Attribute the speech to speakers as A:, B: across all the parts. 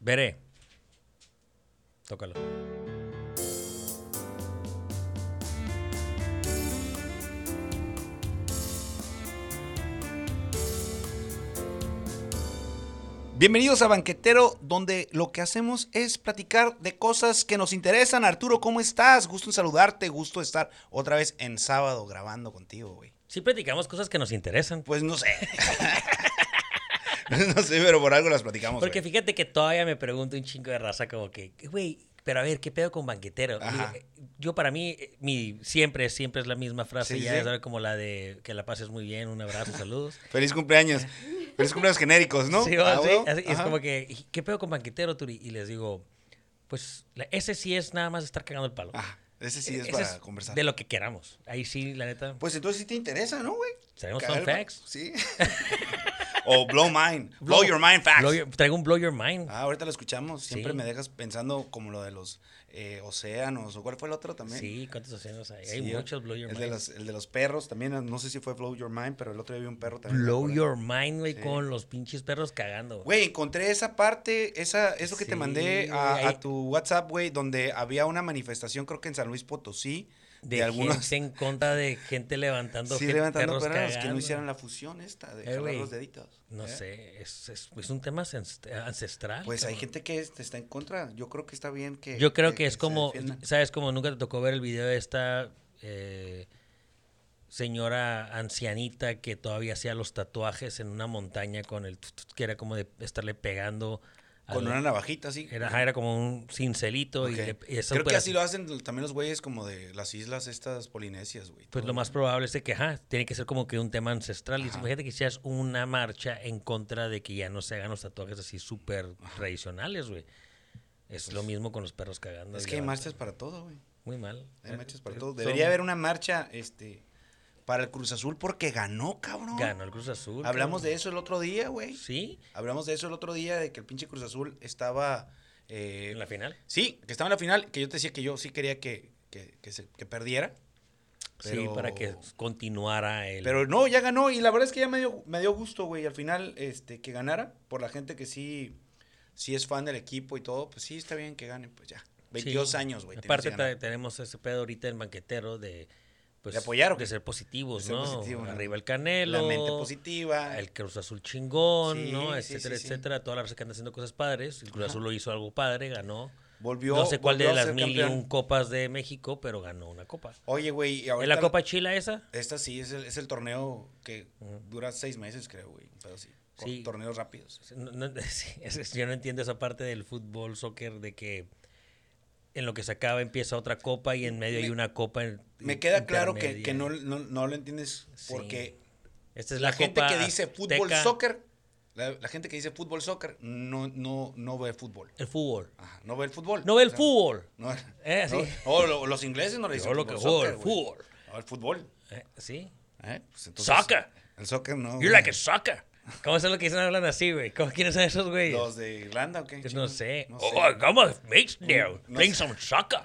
A: Veré. Tócalo.
B: Bienvenidos a Banquetero, donde lo que hacemos es platicar de cosas que nos interesan. Arturo, ¿cómo estás? Gusto en saludarte, gusto estar otra vez en sábado grabando contigo, güey.
A: Sí platicamos cosas que nos interesan.
B: Pues no sé. no sé, pero por algo las platicamos.
A: Porque
B: güey.
A: fíjate que todavía me pregunto un chingo de raza como que, güey, pero a ver, ¿qué pedo con banquetero?
B: Ajá.
A: Digo, Yo para mí, eh, mi siempre, siempre es la misma frase,
B: Sí, sí,
A: ya
B: sí.
A: sabes, como la de que la pases muy bien, un abrazo, saludos.
B: Feliz cumpleaños. Feliz cumpleaños genéricos, ¿no?
A: Sí, o
B: Ah,
A: así,
B: güey.
A: así, es
B: Ajá.
A: como que, "¿Y ¿qué pedo con banquetero, Turi? Y les digo, pues la- ese sí es nada más estar cagando el palo.
B: Ah, ese sí es
A: Ese
B: para conversar.
A: De lo que queramos. Ahí sí, la neta,
B: Pues entonces sí te interesa, ¿no, güey?
A: tenemos
B: Cagar
A: fun
B: el pa-
A: facts.
B: Sí. o blow mind. Blow, your mind facts.
A: Blow your- traigo un blow your mind.
B: Ah, ahorita lo escuchamos. Siempre
A: Sí.
B: me dejas pensando como lo de los eh, océanos. ¿O cuál fue el otro también?
A: Sí, ¿cuántos océanos hay?
B: Sí,
A: Hay muchos blow your
B: el
A: mind.
B: De los, el de los perros también. No sé si fue blow your mind, pero el otro día vi un perro también.
A: Blow
B: me acuerdo.
A: your mind, güey, con los pinches perros cagando.
B: Güey, encontré esa parte, esa, eso que te
A: Sí,
B: mandé
A: ahí-
B: a, a tu WhatsApp, güey, donde había una manifestación, creo que en San Luis Potosí, de,
A: de,
B: algunos
A: gente en contra de gente levantando
B: sí,
A: gente-
B: levantando
A: perros
B: perros que
A: cagando.
B: no hicieran la fusión esta de
A: Eh,
B: jalar
A: güey.
B: los deditos.
A: No
B: ¿eh?
A: sé, es, es- es un tema ancest- ancestral.
B: Pues hay
A: cabrón.
B: gente que este, está en contra. Yo creo que está bien que.
A: Yo creo que, es
B: se
A: como,
B: defiendan.
A: ¿sabes? Como nunca te tocó ver el video de esta eh, señora ancianita que todavía hacía los tatuajes en una montaña con el... tut, tut, que era como de estarle pegando... a
B: Con
A: la-
B: una navajita así.
A: era, ajá, era como un cincelito
B: Ok.
A: y, le- y esa
B: Creo que
A: operación-
B: así lo hacen también los güeyes como de las islas estas polinesias, güey.
A: Pues
B: Todo.
A: lo más probable es de que, ajá, tiene que ser como que un tema ancestral. Y imagínate que seas una marcha en contra de que ya no se hagan los tatuajes así súper tradicionales, güey. Es lo mismo con los perros cagando.
B: Pues Es
A: y
B: que hay
A: levantando.
B: marchas para todo, güey.
A: Muy mal.
B: Hay marchas para
A: Eh,
B: todo.
A: son-
B: Debería haber una marcha este, para el Cruz Azul porque ganó, cabrón.
A: Ganó el Cruz Azul.
B: Hablamos de
A: cabrón.
B: eso el otro día, güey.
A: Sí,
B: Hablamos de eso el otro día, de que el pinche Cruz Azul estaba. eh,
A: en la final.
B: Sí, que estaba en la final, que yo te decía que yo sí quería que, que, que se, que perdiera.
A: Sí,
B: Pero-
A: para que continuara el...
B: Pero no, ya ganó y la verdad es que ya me dio, me dio gusto, güey, al final este, que ganara, por la gente que sí, sí es fan del equipo y todo, pues sí, está bien que gane, pues ya. 22
A: Sí.
B: años, güey.
A: Aparte
B: tenías que ganar.
A: ta- tenemos ese pedo ahorita en banquetero de... Pues,
B: De apoyar, ¿o
A: De
B: qué?
A: ser positivos,
B: De ser
A: ¿no?
B: positivo, ¿no?
A: Arriba el Canelo.
B: la mente positiva.
A: el Cruz Azul chingón,
B: Sí,
A: ¿no?
B: sí,
A: Etcétera,
B: sí, sí.
A: etcétera. Toda la raza que anda haciendo cosas padres. El Cruz Azul lo hizo algo padre, ganó.
B: volvió.
A: no sé cuál
B: volvió
A: de
B: a
A: las
B: ser
A: mil y
B: campeón.
A: un copas de México, pero ganó una copa.
B: Oye, güey, y
A: ¿Es
B: ahorita
A: la copa chila esa?
B: Esta sí, es el, es el torneo que dura seis meses, creo, güey. Pero sí. con
A: Sí.
B: Torneos rápidos.
A: No, no, sí, es- es- yo no entiendo esa parte del fútbol, soccer, de que en lo que se acaba empieza otra copa y en medio hay una copa. en-
B: Me queda claro que,
A: intermedia.
B: que no, no, no lo entiendes
A: Sí.
B: porque
A: Esta es
B: la,
A: la,
B: gente
A: Copa
B: que dice fútbol
A: Azteca,
B: soccer, la, la gente que dice fútbol soccer no, no, no ve fútbol.
A: El fútbol.
B: Ajá, no ve el fútbol.
A: No ve el
B: O sea,
A: fútbol.
B: No,
A: Eh,
B: no-
A: sí.
B: o lo- los ingleses no le dicen
A: Yo lo que
B: fútbol.
A: juego,
B: soccer,
A: el
B: güey.
A: fútbol.
B: No, el fútbol.
A: Eh, sí.
B: ¿eh? Pues
A: Soccer.
B: El soccer no.
A: You
B: güey.
A: like a soccer. ¿Cómo es lo que dicen hablan así, güey? ¿Cómo- ¿Quiénes son esos güeyes?
B: ¿Los de Irlanda o qué?
A: Yo
B: Chino?
A: no sé.
B: No
A: Oh, I got my mates there
B: No
A: playing
B: sé.
A: some soccer.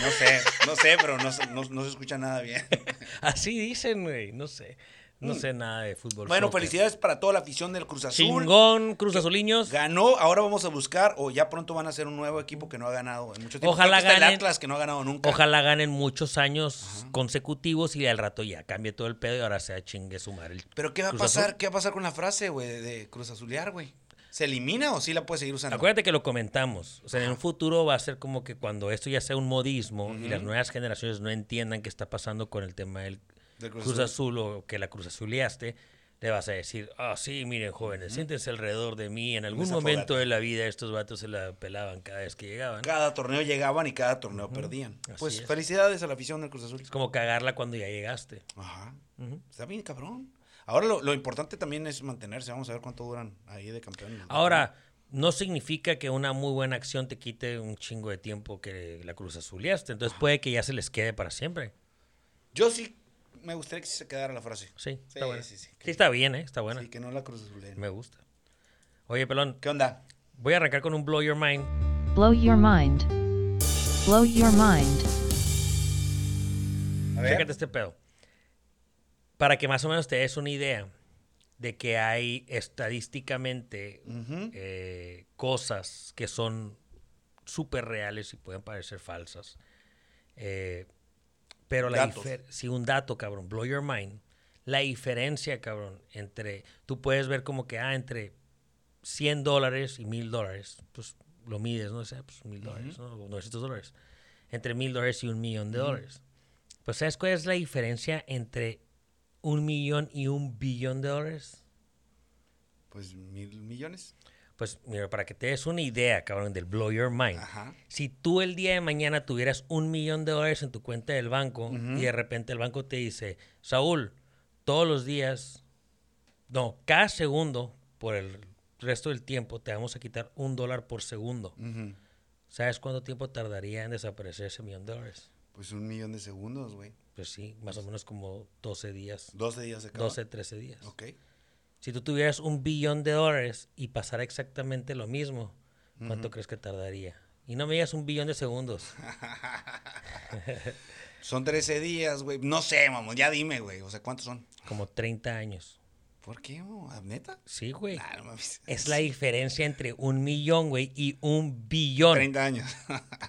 B: No sé, no sé, pero no, se- no- no se escucha nada bien.
A: Así dicen, güey. No sé. No sé nada de fútbol.
B: Bueno,
A: soccer.
B: felicidades para toda la afición del Cruz Azul.
A: Chingón, Cruz Azuliños.
B: Ganó, ahora vamos a buscar, o ya pronto van a ser un nuevo equipo que no ha ganado en mucho tiempo.
A: Ojalá
B: Creo que está el
A: ganen.
B: Atlas que no ha ganado nunca.
A: Ojalá ganen muchos años consecutivos y al rato ya cambie todo el pedo y ahora sea chingue sumar el.
B: Pero ¿qué va a
A: Cruz
B: pasar?
A: Azul.
B: ¿Qué va a pasar con la frase, güey, de, de Cruz Azulear, güey? ¿Se elimina o sí la puede seguir usando?
A: Acuérdate que lo comentamos. O sea, en un futuro va a ser como que cuando esto ya sea un modismo y las nuevas generaciones no entiendan qué está pasando con el tema del
B: Del Cruz
A: Cruz, Azul. o que la Cruz Azuleaste, le vas a decir, ah, sí, miren, jóvenes, siéntense alrededor de mí. En algún
B: Esa
A: momento
B: fogata.
A: de la vida estos vatos se la pelaban cada vez que llegaban.
B: Cada torneo llegaban y cada torneo perdían.
A: Así
B: Pues
A: es.
B: felicidades a la afición del Cruz Azul.
A: Es como cagarla cuando ya llegaste.
B: Ajá. Está bien, cabrón. Ahora lo, lo importante también es mantenerse. Vamos a ver cuánto duran ahí de campeón.
A: Ahora, no significa que una muy buena acción te quite un chingo de tiempo que la Cruz Azuleaste. Entonces puede que ya se les quede para siempre.
B: Yo sí me gustaría que sí se quedara la frase.
A: Sí,
B: Sí,
A: está buena.
B: sí, sí.
A: Sí, está bien, ¿eh? Está buena.
B: Sí, que no la Cruz Azulear.
A: Me gusta. Oye, pelón,
B: ¿Qué onda?
A: voy a arrancar con un Blow Your Mind.
C: Blow your mind. Blow your mind.
B: A
A: Chécate
B: ver.
A: este pedo. Para que más o menos te des una idea de que hay estadísticamente
B: Ujú.
A: eh, cosas que son súper reales y pueden parecer falsas. Eh, pero la
B: Datos.
A: si un dato, cabrón, blow your mind, la diferencia, cabrón, entre, tú puedes ver como que, ah, entre 100 dólares y 1000 dólares, pues lo mides, ¿no? O sea, pues 1000 dólares, ¿no? O 900 dólares. Entre 1000 dólares y un millón de dólares. Pues, ¿sabes cuál es la diferencia entre un millón y un billón de dólares?
B: Pues mil millones.
A: Pues mira, para que te des una idea, cabrón, del blow your mind.
B: Ajá.
A: Si tú el día de mañana tuvieras un millón de dólares en tu cuenta del banco y de repente el banco te dice, Saúl, todos los días, no, cada segundo por el resto del tiempo te vamos a quitar un dólar por segundo.
B: Ujú.
A: ¿Sabes cuánto tiempo tardaría en desaparecer ese millón de dólares?
B: Pues un millón de segundos, güey.
A: Pues sí, más o menos como 12 días,
B: 12 días se acaba.
A: 12, 13 días.
B: Ok.
A: Si tú tuvieras un billón de dólares y pasara exactamente lo mismo, ¿cuánto crees que tardaría? Y no me digas un billón de segundos.
B: Son 13 días, güey. No sé, mamón. Ya dime, güey. O sea, ¿cuántos son?
A: Como 30 años.
B: ¿Por qué, mamón? ¿Neta?
A: Sí, güey.
B: Ah, no mames.
A: Es la diferencia entre un millón, güey, y un billón.
B: 30 años.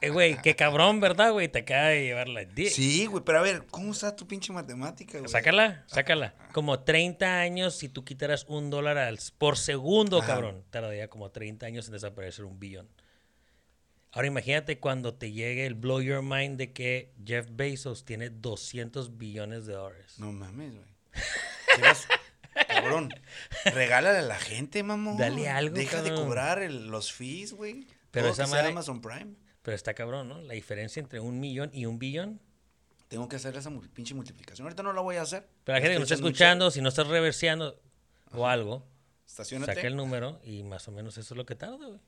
A: Eh, Güey, qué cabrón, ¿verdad, güey? Te acaba de llevar la 10.
B: sí, güey. Pero a ver, ¿cómo está tu pinche matemática, güey?
A: Sácala, sácala. Como 30 años, si tú quitaras un dólar al- por segundo,
B: Ajá.
A: cabrón, tardaría como 30 años en desaparecer un billón. Ahora imagínate cuando te llegue el blow your mind de que Jeff Bezos tiene 200 billones de dólares.
B: No mames, güey. Llevas- Cabrón, regálale a la gente, mamón.
A: Dale algo,
B: Deja de
A: cabrón.
B: cobrar el- los fees, güey.
A: Pero
B: Todo
A: esa
B: que sea
A: madre-
B: Amazon Prime.
A: Pero está cabrón, ¿no? La diferencia entre un millón y un billón.
B: Tengo que hacer esa mul- pinche multiplicación. Ahorita no la voy a hacer.
A: Pero la gente que nos está
B: Estoy
A: escuchando, si no estás reverseando o algo,
B: Estacionate.
A: saca el número y más o menos eso es lo que tarda, güey.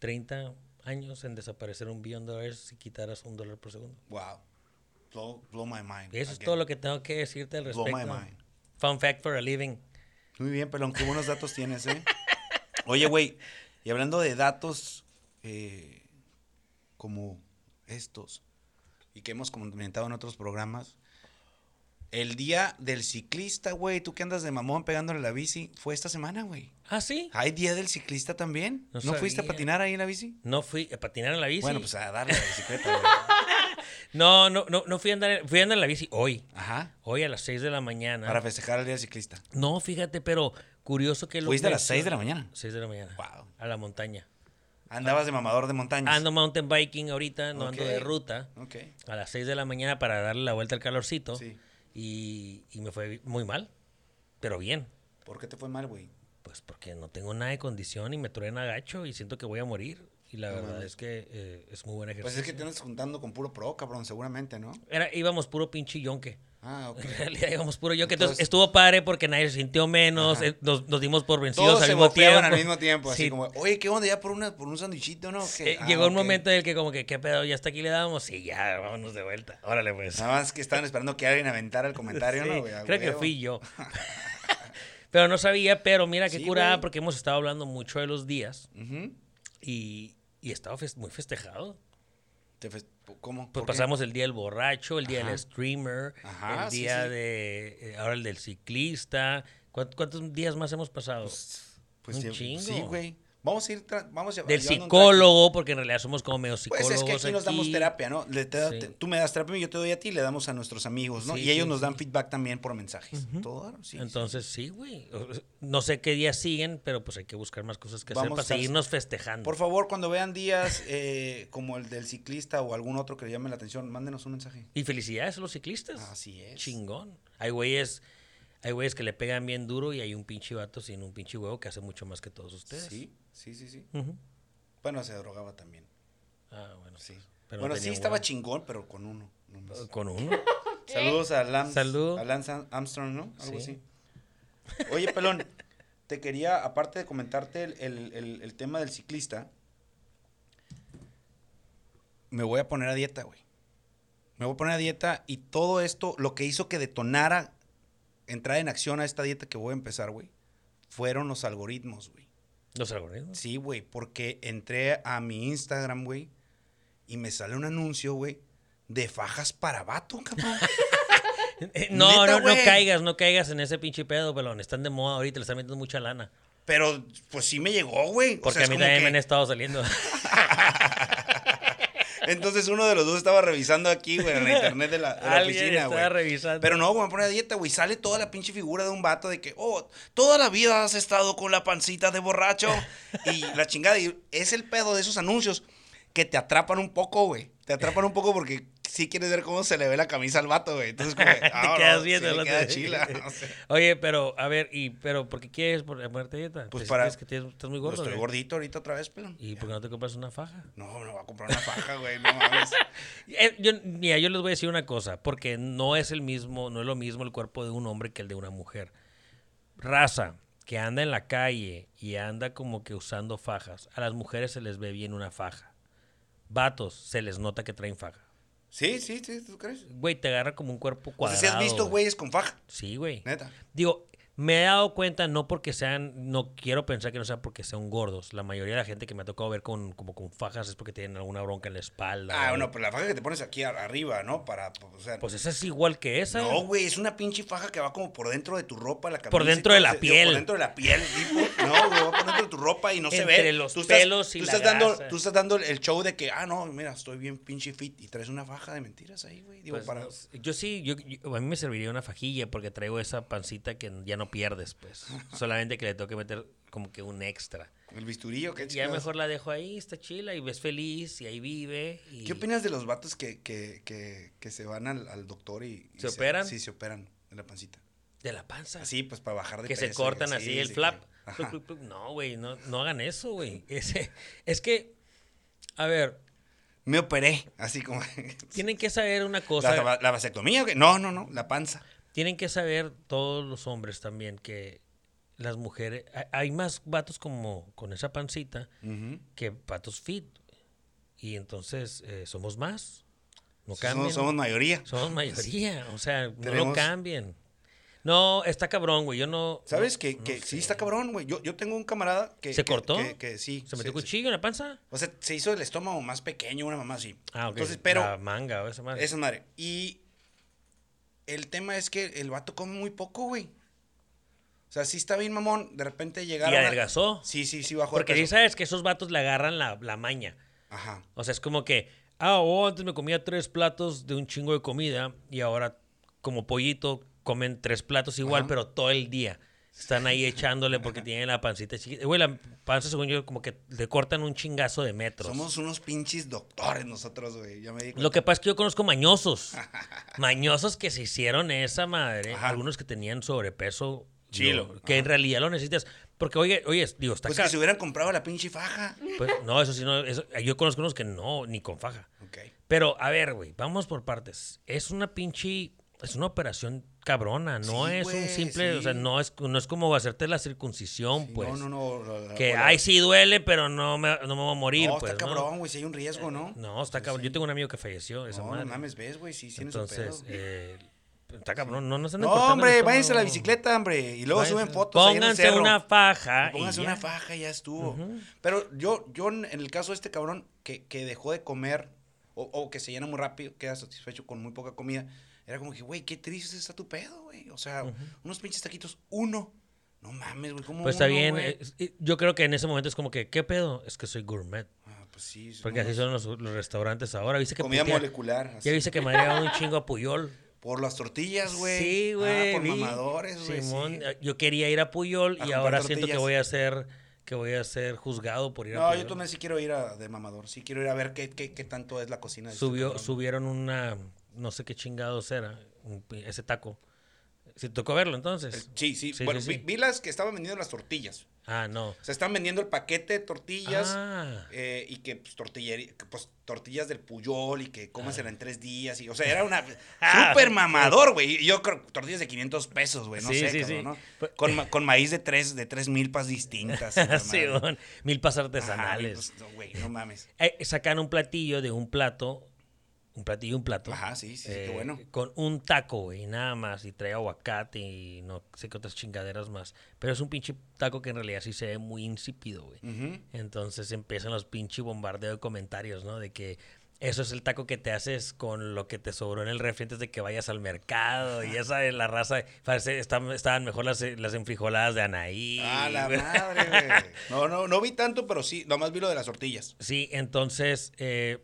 A: 30 años en desaparecer un billón de dólares si quitaras un dólar por segundo.
B: Wow. Blow, blow my mind.
A: Eso es
B: again.
A: todo lo que tengo que decirte al
B: Blow
A: respecto.
B: my mind.
A: Fun fact for a living.
B: Muy bien, pelón. Qué buenos datos tienes, ¿eh? Oye, güey. Y hablando de datos eh, como estos y que hemos comentado en otros programas, el día del ciclista, güey. Tú que andas de mamón pegándole la bici, fue esta semana, güey.
A: Ah, sí.
B: ¿Hay día del ciclista también? ¿No,
A: No
B: fuiste a
A: sabía.
B: patinar ahí en la bici?
A: No fui a patinar en la bici.
B: Bueno, pues a darle a la bicicleta, güey.
A: No, no, no, no fui a andar, fui a andar en la bici hoy.
B: Ajá.
A: Hoy a las 6 de la mañana.
B: Para festejar el día del ciclista.
A: No, fíjate, pero curioso que lo
B: Fuiste a las 6 de la mañana.
A: 6 de la mañana.
B: Wow.
A: A la montaña.
B: Andabas de mamador de montañas.
A: Ando mountain biking ahorita, no ando
B: Ok.
A: de ruta.
B: Ok.
A: A las 6 de la mañana para darle la vuelta al calorcito.
B: Sí.
A: Y, y me fue muy mal, pero bien.
B: ¿Por qué te fue mal, güey?
A: Pues porque no tengo nada de condición y me truena gacho y siento que voy a morir. Y la verdad es que eh, es muy buen ejercicio.
B: Pues es que te andas juntando con puro pro, cabrón, seguramente, ¿no?
A: Era, íbamos puro pinche yonque.
B: Ah, ok.
A: En realidad íbamos puro yonque. Entonces,
B: Entonces-
A: estuvo padre porque nadie se sintió menos. eh, nos, nos dimos por vencidos
B: Todos
A: al,
B: se
A: mismo
B: golpeaban
A: tiempo.
B: al mismo tiempo, así
A: Sí.
B: como, oye, ¿qué onda? Ya por, una, por un sandwichito, ¿no? Que-
A: Eh,
B: ah,
A: llegó un
B: ok.
A: momento en el que como que, ¿qué pedo? ¿Ya hasta aquí le dábamos? Sí, ya, vámonos de vuelta. Órale, pues.
B: Nada más que estaban esperando que alguien aventara el comentario,
A: Sí,
B: ¿no, güey? A
A: creo que
B: huevo.
A: fui yo. pero no sabía, pero mira qué
B: Sí,
A: curada
B: güey.
A: porque hemos estado hablando mucho de los días
B: Ujú.
A: y, y estaba fes- muy festejado.
B: Te fes- ¿Cómo?
A: Pues
B: ¿Por qué?
A: pasamos el día del borracho, el día
B: Ajá.
A: del streamer,
B: Ajá,
A: el
B: sí,
A: día
B: sí.
A: de eh, ahora el del ciclista. ¿Cuántos, cuántos días más hemos pasado?
B: Pues
A: un
B: sí,
A: chingo.
B: Sí, güey. Vamos a ir, tra- vamos a
A: del
B: llevando un traje.
A: psicólogo, porque en realidad somos como medio
B: Pues
A: psicólogos.
B: es que aquí, nos damos
A: aquí.
B: terapia, ¿no? Le te-
A: Sí.
B: te- tú me das terapia y yo te doy a ti, le damos a nuestros amigos, ¿no?
A: Sí,
B: y ellos
A: sí,
B: nos dan
A: sí.
B: feedback también por mensajes. Todo, sí, sí.
A: Entonces, sí, güey. O- No sé qué días siguen, pero pues hay que buscar más cosas que hacer
B: Vamos
A: para
B: a estar-
A: seguirnos festejando.
B: Por favor, cuando vean días eh, como el del ciclista o algún otro que le llame la atención, mándenos un mensaje.
A: Y felicidades a los ciclistas.
B: Así es.
A: Chingón. Hay güeyes, hay güeyes que le pegan bien duro y hay un pinche vato sin un pinche huevo que hace mucho más que todos ustedes.
B: Sí, sí, sí, sí.
A: Ujú.
B: Bueno, se drogaba también.
A: Ah, bueno.
B: Sí.
A: pues, pero no
B: bueno, sí
A: tenía
B: estaba pues.
A: huevo.
B: chingón, pero con uno. nomás.
A: Con uno.
B: Saludos a Lance,
A: Salud.
B: a Lance Am- Armstrong, ¿no? Algo
A: Sí.
B: así. Oye, pelón, te quería, aparte de comentarte el, el- el- el tema del ciclista, me voy a poner a dieta, güey. Me voy a poner a dieta y todo esto, lo que hizo que detonara, entrar en acción a esta dieta que voy a empezar, güey, fueron los algoritmos, güey.
A: Los algoritmos.
B: Sí, güey, porque entré a mi Instagram, güey, y me sale un anuncio, güey, de fajas para vato, cabrón.
A: Eh, No,
B: Neta,
A: no, no
B: güey.
A: caigas, no caigas en ese pinche pedo, pelón. Están de moda ahorita, le están metiendo mucha lana.
B: Pero pues sí me llegó, güey. O
A: Porque
B: sea, es
A: a mí
B: como
A: también me han
B: que-
A: estado saliendo.
B: Entonces uno de los dos estaba revisando aquí, güey, en la internet de la, de la
A: Alguien
B: oficina,
A: estaba
B: güey.
A: revisando.
B: Pero no, güey, me pone a dieta, güey. Sale toda la pinche figura de un vato de que, oh, toda la vida has estado con la pancita de borracho. y la chingada. Y es el pedo de esos anuncios que te atrapan un poco, güey. Te atrapan un poco porque sí quieres ver cómo se le ve la camisa al vato, güey. Entonces, como, que,
A: Te
B: ah,
A: quedas
B: no, sí
A: viendo,
B: le
A: ¿no?
B: queda
A: Te-
B: chila. o sea.
A: Oye, pero, a ver, y, pero, ¿por qué quieres por- ponerte dieta?
B: Pues
A: ¿Te
B: para-
A: sientes que tienes- estás muy gordo.
B: Pues estoy
A: güey?
B: gordito ahorita otra vez, pero...
A: ¿Y por qué no te compras una faja?
B: No, me voy a comprar una faja, güey. No mames.
A: Eh, yo, mira, yo les voy a decir una cosa, porque no es el mismo, no es lo mismo el cuerpo de un hombre que el de una mujer. Raza que anda en la calle y anda como que usando fajas, a las mujeres se les ve bien una faja. Vatos, se les nota que traen faja.
B: Sí, sí, sí, ¿tú crees?
A: Güey, te agarra como un cuerpo
B: O
A: cuadrado.
B: sea, si has visto güeyes con faja,
A: Sí, güey.
B: neta.
A: Digo, me he dado cuenta, no porque sean, no quiero pensar que no sea porque sean gordos. La mayoría de la gente que me ha tocado ver con, como con fajas es porque tienen alguna bronca en la espalda.
B: Ah,
A: o
B: bueno,
A: algo.
B: pero la faja que te pones aquí a- arriba, ¿no? Para, o sea,
A: Pues esa es igual que esa.
B: no, güey, es una pinche faja que va como por dentro de tu ropa, la camisa.
A: Por
B: y
A: dentro
B: todo
A: de la
B: ese- digo,
A: piel.
B: Por dentro de la piel, tipo. No, güey, va por dentro de tu ropa y no se ve.
A: Entre los
B: estás-
A: pelos y
B: tú
A: la
B: estás dando,
A: grasa.
B: Tú estás dando el show de que, ah, no, mira, estoy bien pinche fit y traes una faja de mentiras ahí, güey. Digo,
A: Pues,
B: para...
A: no sé. yo sí, yo, yo- a mí me serviría una fajilla porque traigo esa pancita que ya no pierdes, pues. Solamente que le tengo que meter como que un extra.
B: El bisturillo, qué
A: Ya
B: chingados.
A: mejor la dejo ahí, está chila y ves feliz y ahí vive. y-
B: ¿Qué opinas de los vatos que, que, que, que se van al, al doctor y... y
A: ¿Se operan?
B: Sí, se operan de la pancita.
A: De la panza.
B: Así, pues, para bajar de
A: que
B: peso.
A: se cortan
B: y
A: así el
B: de que-
A: flap.
B: Ajá.
A: Pluc, pluc, pluc. No, güey, no, no hagan eso, güey. Ese- Es que, a ver,
B: Me operé, así como...
A: tienen que saber una
B: ¿La,
A: cosa.
B: la- la vasectomía o qué? No, no, no, la panza.
A: Tienen que saber todos los hombres también que las mujeres. hay- Hay más vatos como con esa pancita que vatos fit. Y entonces eh, somos más. No cambien.
B: somos, somos mayoría.
A: Somos mayoría. O sea, no lo
B: Tenemos-
A: cambien. No, está cabrón, güey. Yo no.
B: ¿Sabes?
A: no-
B: Que,
A: no
B: que
A: sé.
B: sí está cabrón, güey. Yo, yo tengo un camarada que...
A: ¿Se
B: que-
A: cortó?
B: Que, que sí.
A: ¿Se metió
B: sí, sí.
A: cuchillo en la panza?
B: O sea, se hizo el estómago más pequeño, una mamá así.
A: Ah, ok.
B: Entonces, pero...
A: La manga o esa madre.
B: Esa madre. Y el tema es que el vato come muy poco, güey. O sea, sí está bien mamón. De repente llegar
A: ¿Y
B: a una-
A: adelgazó?
B: Sí, sí, sí bajó de
A: Porque sí
B: peso.
A: sabes que esos vatos le agarran la, la maña.
B: Ajá.
A: O sea, es como que, ah, oh, antes me comía tres platos de un chingo de comida y ahora como pollito comen tres platos igual, pero todo el día. Están ahí echándole porque tienen la pancita chiquita. Güey, la panza, según yo, como que le cortan un chingazo de metros.
B: Somos unos pinches doctores nosotros, güey. Ya me di
A: Lo
B: cuenta.
A: que pasa es que yo conozco mañosos. Mañosos que se hicieron esa madre.
B: Ajá.
A: Algunos que tenían sobrepeso.
B: Chilo.
A: digo, que en realidad lo necesitas. Porque, oye, oye, digo, está
B: Pues
A: ca-
B: que se hubieran comprado la pinche faja.
A: Pues, no, eso sí, no. eso- yo conozco unos que no, ni con faja.
B: Ok.
A: Pero, a ver, güey, vamos por partes. Es una pinche. Es una operación cabrona, no
B: Sí,
A: es un
B: güey,
A: simple. O sea,
B: sí.
A: no es, no es como hacerte la circuncisión, pues.
B: no, no, no. la- la-
A: que,
B: la-
A: ay, sí duele, pero no me, no me voy a morir,
B: No,
A: pues.
B: está cabrón, güey. Si hay un riesgo, ¿no?
A: No, está cabrón. Yo tengo un amigo que falleció, esa
B: No,
A: madre.
B: no mames, ves, güey. Sí, tienes un pedo.
A: Entonces, eh, está cabrón. No, no se anden
B: No,
A: cortando el
B: hombre, váyanse a la
A: estómago.
B: bicicleta, hombre. Y luego
A: Váyanse-
B: suben fotos. ahí en el
A: Pónganse
B: cerro.
A: una faja. y
B: Pónganse una
A: ya.
B: faja y ya estuvo. Pero yo, yo en en el caso de este cabrón que, que dejó de comer o, o que se llena muy rápido, queda satisfecho con muy poca comida, era como que, güey, qué triste está tu pedo, güey. O sea, unos pinches taquitos, uno. No mames, güey, ¿cómo
A: Pues está
B: uno,
A: bien.
B: güey?
A: eh, eh, Yo creo que en ese momento es como que, ¿qué pedo? Es que soy gourmet.
B: Ah, pues sí. es
A: Porque
B: una
A: así son los, los restaurantes ahora. ¿Viste que
B: Comida
A: putea-
B: molecular. así.
A: Ya viste que madreaban un chingo a Puyol.
B: Por las tortillas, güey.
A: Sí,
B: Ah,
A: güey.
B: por
A: vi.
B: mamadores, güey.
A: Simón,
B: sí.
A: eh, yo quería ir a Puyol
B: A
A: y
B: comprar
A: ahora siento que
B: tortillas.
A: voy a ser que voy a ser juzgado por ir a
B: No,
A: Puyol.
B: yo también sí quiero ir a, de mamador. Sí quiero ir a ver qué, qué, qué tanto es la cocina. de este
A: Subió,
B: cabrón.
A: subieron una no sé qué chingados era, un pi- ese taco. Si tocó verlo entonces.
B: Sí, sí. bueno,
A: sí,
B: vi-
A: sí.
B: vi las que estaban vendiendo las tortillas.
A: Ah, no.
B: Se están vendiendo el paquete de tortillas.
A: Ah.
B: eh, y que pues, tortillería- que, pues, tortillas del Puyol y que cómasela en tres días. Y, o sea, era una.
A: Ah,
B: Súper mamador, güey. Y Yo creo que tortillas de 500 pesos, güey. No
A: Sí,
B: sé,
A: sí,
B: cabrón,
A: sí.
B: ¿no?
A: Pues-
B: Con, ma- con maíz de tres, de tres milpas distintas. y la
A: Sí,
B: madre.
A: don, mil pas
B: Ajá, güey,
A: artesanales.
B: pues, no, Güey, no mames.
A: Eh, sacan un platillo de un plato, un platillo y un plato.
B: Ajá, sí, sí, sí, qué
A: eh,
B: bueno.
A: Con un taco, güey, y nada más. Y trae aguacate y no sé qué otras chingaderas más. Pero es un pinche taco que en realidad sí se ve
B: Mm.
A: muy insípido, güey. Entonces empiezan los pinche bombardeos de comentarios, ¿no? De que Eso es el taco que te haces con lo que te sobró en el refri antes de que vayas al mercado. Y esa es la raza. Parece, están- estaban mejor las, las enfrijoladas de Anaí.
B: Ah, la
A: güey.
B: madre, güey. No, no, no vi tanto, pero sí, nomás vi lo de las tortillas.
A: Sí, entonces, eh,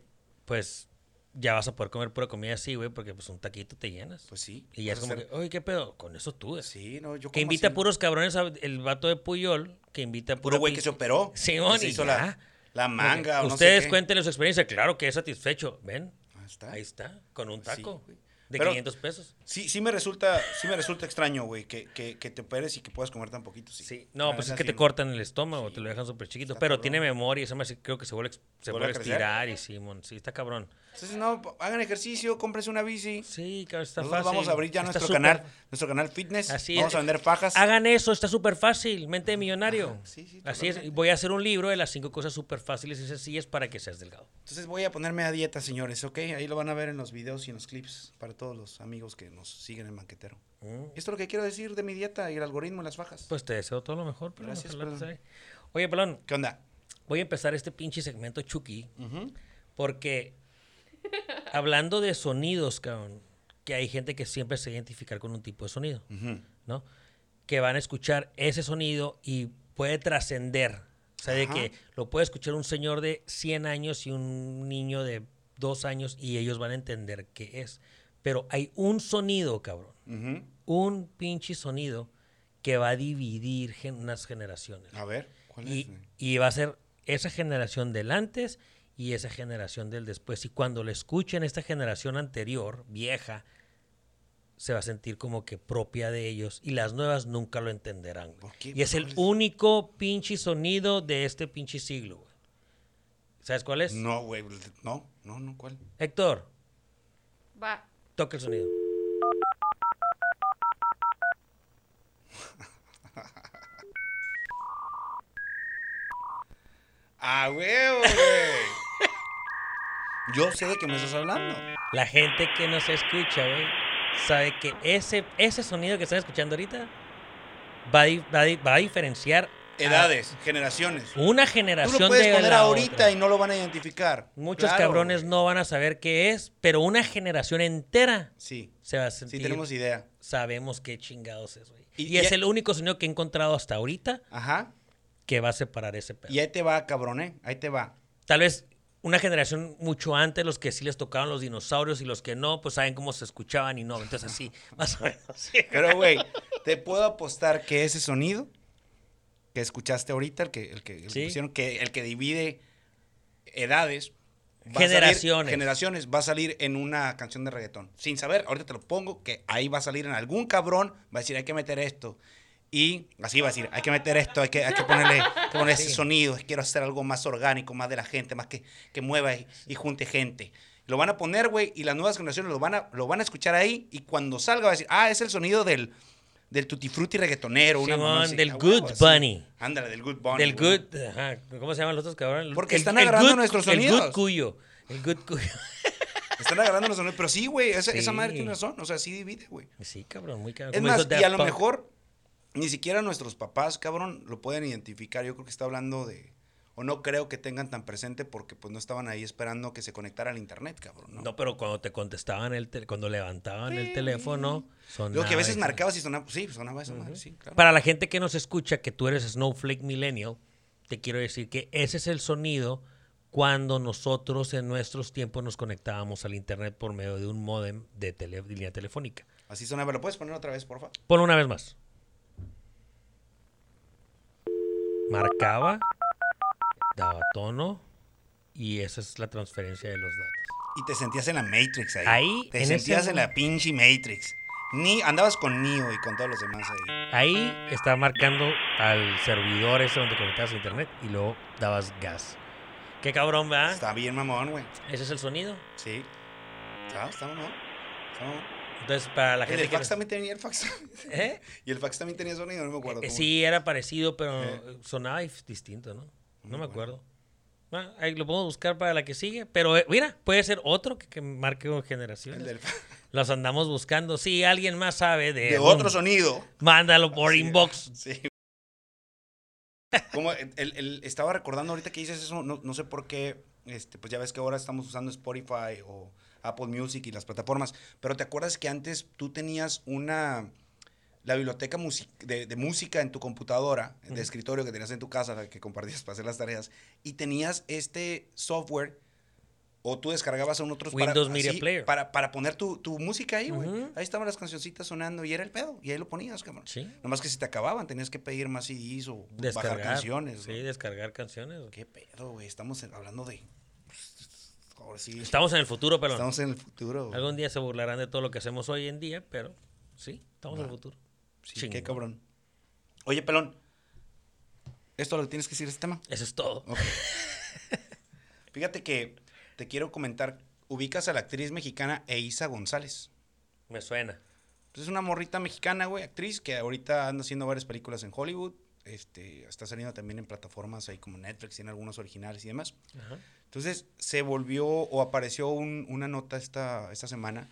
A: pues ya vas a poder comer pura comida así, güey, porque pues un taquito te llenas.
B: Pues sí.
A: y ya es
B: vas
A: como
B: a hacer-
A: que, oye, ¿qué pedo? Con eso tú. güey.
B: Sí, no, yo
A: que
B: como
A: invita
B: así.
A: a puros cabrones, a- el vato de Puyol, que invita a
B: Puro
A: pura
B: güey
A: pi-
B: que se operó.
A: Simón,
B: que se
A: y
B: hizo
A: ya.
B: la, la
A: Como que,
B: manga o no sé
A: Ustedes
B: qué.
A: cuéntenle su experiencia. Claro que es satisfecho. Ven,
B: Ahí está.
A: ahí está, con un
B: Pues sí,
A: taco
B: güey.
A: de
B: Pero-
A: 500 pesos.
B: Sí, sí me resulta, sí me resulta extraño, güey, que, que, que te operes y que puedas comer tan poquito. Sí.
A: Sí. No,
B: La
A: pues es
B: neta,
A: que
B: sí,
A: te
B: no.
A: cortan el estómago, te lo dejan súper chiquito,
B: Está
A: pero
B: cabrón.
A: tiene memoria, se me hace- creo que se vuelve, a ex- se
B: ¿Vuelve a
A: vuelve a
B: crecer?
A: estirar y Simón, sí, está cabrón.
B: Entonces, no, hagan ejercicio, cómprense una bici.
A: Sí, cabrón, está
B: Nosotros
A: fácil.
B: vamos a abrir ya
A: Está
B: nuestro
A: súper-
B: canal, nuestro canal fitness.
A: Así
B: vamos
A: es.
B: a vender fajas.
A: Hagan eso, está súper fácil, mente de millonario.
B: Ajá, sí, sí,
A: Así es,
B: totalmente.
A: voy a hacer un libro de las cinco cosas súper fáciles y sencillas para que seas delgado.
B: Entonces voy a ponerme a dieta, señores, ¿ok? Ahí lo van a ver en los videos y en los clips para todos los amigos que nos siguen en Banquetero.
A: Mm.
B: Esto es lo que quiero decir de mi dieta y el algoritmo y las fajas.
A: Pues te deseo todo lo mejor, Pelón,
B: Gracias,
A: ojalá te
B: Pelón.
A: salga. Oye, Pelón,
B: ¿Qué onda?
A: voy a empezar este pinche segmento Chucky, porque hablando de sonidos, cabrón, que hay gente que siempre se identifica con un tipo de sonido.
B: Ujú.
A: ¿no? Que van a escuchar ese sonido y puede trascender. O sea, de
B: Ajá.
A: que lo puede escuchar un señor de 100 años y un niño de 2 años y ellos van a entender qué es. Pero hay un sonido, cabrón.
B: Ujú.
A: Un pinche sonido que va a dividir gen- unas generaciones.
B: A ver, ¿cuál
A: Y,
B: es? güey?
A: y va a ser esa generación del antes y esa generación del después. Y cuando le escuchen esta generación anterior, vieja, se va a sentir como que propia de ellos y las nuevas nunca lo entenderán. güey.
B: ¿Por qué? Pues
A: Y es
B: ¿Cuál
A: el
B: es?
A: único pinche sonido de este pinche siglo. güey. ¿Sabes cuál es?
B: No, güey, no, no, no, ¿cuál?
A: Héctor,
D: Va.
A: toca el sonido.
B: Ah, huevo, güey. Yo sé de qué me estás hablando.
A: La gente que nos escucha, güey, sabe que ese, ese sonido que están escuchando ahorita va a, di- va a di- va a diferenciar a-
B: Edades, generaciones.
A: Una
B: Tú
A: generación
B: lo puedes
A: de
B: poner
A: la
B: ahorita
A: otra.
B: y no lo van a identificar.
A: Muchos
B: Claro,
A: cabrones
B: güey.
A: no van a saber qué es, pero una generación entera
B: Sí,
A: se va a
B: sí
A: sentir.
B: tenemos idea.
A: Sabemos qué chingados es, güey.
B: Y-
A: Y, es
B: y-
A: el único sonido que he encontrado hasta ahorita
B: Ajá.
A: que va a separar ese pedo.
B: Y ahí te va, cabrón, ¿eh? Ahí te va.
A: Tal vez una generación mucho antes, los que sí les tocaban los dinosaurios y los que no, pues saben cómo se escuchaban y no. Entonces así, más o menos. sí.
B: Pero, güey, te puedo apostar que ese sonido que escuchaste ahorita, el que, el que, el que
A: Sí.
B: pusieron, que el que divide edades. va a salir-
A: Generaciones.
B: generaciones va a salir en una canción de reggaetón. Sin saber, ahorita te lo pongo, que ahí va a salir en algún cabrón, va a decir, hay que meter esto. Y así va a decir, hay que meter esto, hay que, hay que ponerle, hay que ponerle ese sonido, quiero hacer algo más orgánico, más de la gente, más que, que mueva y, y junte gente. Lo van a poner, güey, y las nuevas generaciones lo van, a, lo van a escuchar ahí, y cuando salga va a decir, ah, es el sonido del, del tutti frutti reggaetonero. una mamá
A: Simón,
B: así".
A: del
B: Ah, güey,
A: Good
B: así.
A: Bunny.
B: Ándale, del Good Bunny.
A: Del
B: güey.
A: good, ajá, ¿cómo se llaman los otros cabrones?
B: Porque están agarrando
A: good-
B: nuestros
A: El
B: sonidos.
A: good cuyo. El good cuyo.
B: Están agarrando los sonidos, pero sí, güey, esa, esa
A: Sí.
B: madre tiene razón, o sea, sí divide, güey.
A: Sí, cabrón, muy cabrón.
B: Es
A: Como
B: más,
A: hizo
B: y
A: Daft
B: a lo
A: Punk.
B: mejor ni siquiera nuestros papás, cabrón, lo pueden identificar. Yo creo que está hablando de. O no creo que tengan tan presente porque pues no estaban ahí esperando que se conectara al internet, cabrón. ¿no?
A: No, pero cuando te contestaban el tel- cuando levantaban el teléfono, sonaba.
B: Digo que a veces
A: ese-
B: marcabas y sonaba. Sí, sonaba esa madre, sí, claro.
A: Para la gente que nos escucha, que tú eres Snowflake Millennial, te quiero decir que ese es el sonido cuando nosotros en nuestros tiempos nos conectábamos al internet por medio de un módem de, tele- de línea telefónica.
B: Así sonaba. ¿Lo puedes poner otra vez, porfa?
A: Ponlo una vez más. Marcaba, daba tono y esa es la transferencia de los datos.
B: Y te sentías en la Matrix ahí.
A: Ahí,
B: Te
A: en ese
B: sentías en la
A: momento.
B: pinche Matrix. Ni, andabas con Neo y con todos los demás ahí.
A: Ahí está marcando al servidor ese donde conectabas a internet y luego dabas gas. Qué cabrón, ¿verdad?
B: Está bien, mamón, güey.
A: Ese es el sonido.
B: Sí. Está, está mamón. Está mamón.
A: Entonces, para la
B: El
A: gente
B: del
A: que...
B: fax también tenía el fax.
A: nos- ¿Eh?
B: Y el fax también tenía sonido, no me acuerdo.
A: Eh,
B: cómo.
A: Sí, era parecido, pero
B: Eh.
A: sonaba dif- distinto, ¿no? No me
B: me
A: acuerdo. Ah, ahí lo podemos buscar para la que sigue, pero eh, mira, puede ser otro que, que marque
B: El
A: generaciones.
B: del fax.
A: Los andamos buscando. Si alguien más sabe de,
B: de
A: Eh, boom,
B: otro sonido.
A: mándalo por
B: Sí. ah,
A: inbox.
B: Sí. Como el- el- el- estaba recordando ahorita que dices eso, no, no sé por qué este, pues ya ves que ahora estamos usando Spotify o Apple Music y las plataformas, pero ¿te acuerdas que antes tú tenías una, la biblioteca musi- de, de música en tu computadora, de escritorio que tenías en tu casa, la que compartías para hacer las tareas, y tenías este software o tú descargabas a un otro
A: Windows Media Player.
B: para, para poner tu, tu música ahí, güey.
A: Ujú.
B: Ahí estaban las cancioncitas sonando y era el pedo, y ahí lo ponías, cabrón.
A: Sí.
B: Nomás que si te acababan, tenías que pedir más CDs o
A: Descargar
B: bajar canciones.
A: Sí,
B: güey.
A: descargar canciones. güey.
B: ¿Qué pedo, güey? Estamos en- hablando de... Ahora sí.
A: Estamos en el futuro, pero
B: Estamos en el futuro. güey.
A: algún día se burlarán de todo lo que hacemos hoy en día, pero sí, estamos en el
B: Va.
A: futuro.
B: Sí, qué
A: Chingón.
B: cabrón. Oye, pelón. ¿Esto lo que tienes que decir de este tema?
A: Eso es todo.
B: Ok. Fíjate que te quiero comentar. Ubicas a la actriz mexicana Eiza González.
A: Me suena.
B: Pues es una morrita mexicana, güey, actriz que ahorita anda haciendo varias películas en Hollywood. Este, está saliendo también en plataformas ahí como Netflix, tiene algunos originales y demás.
A: Ajá.
B: Entonces se volvió o apareció un- una nota esta, esta semana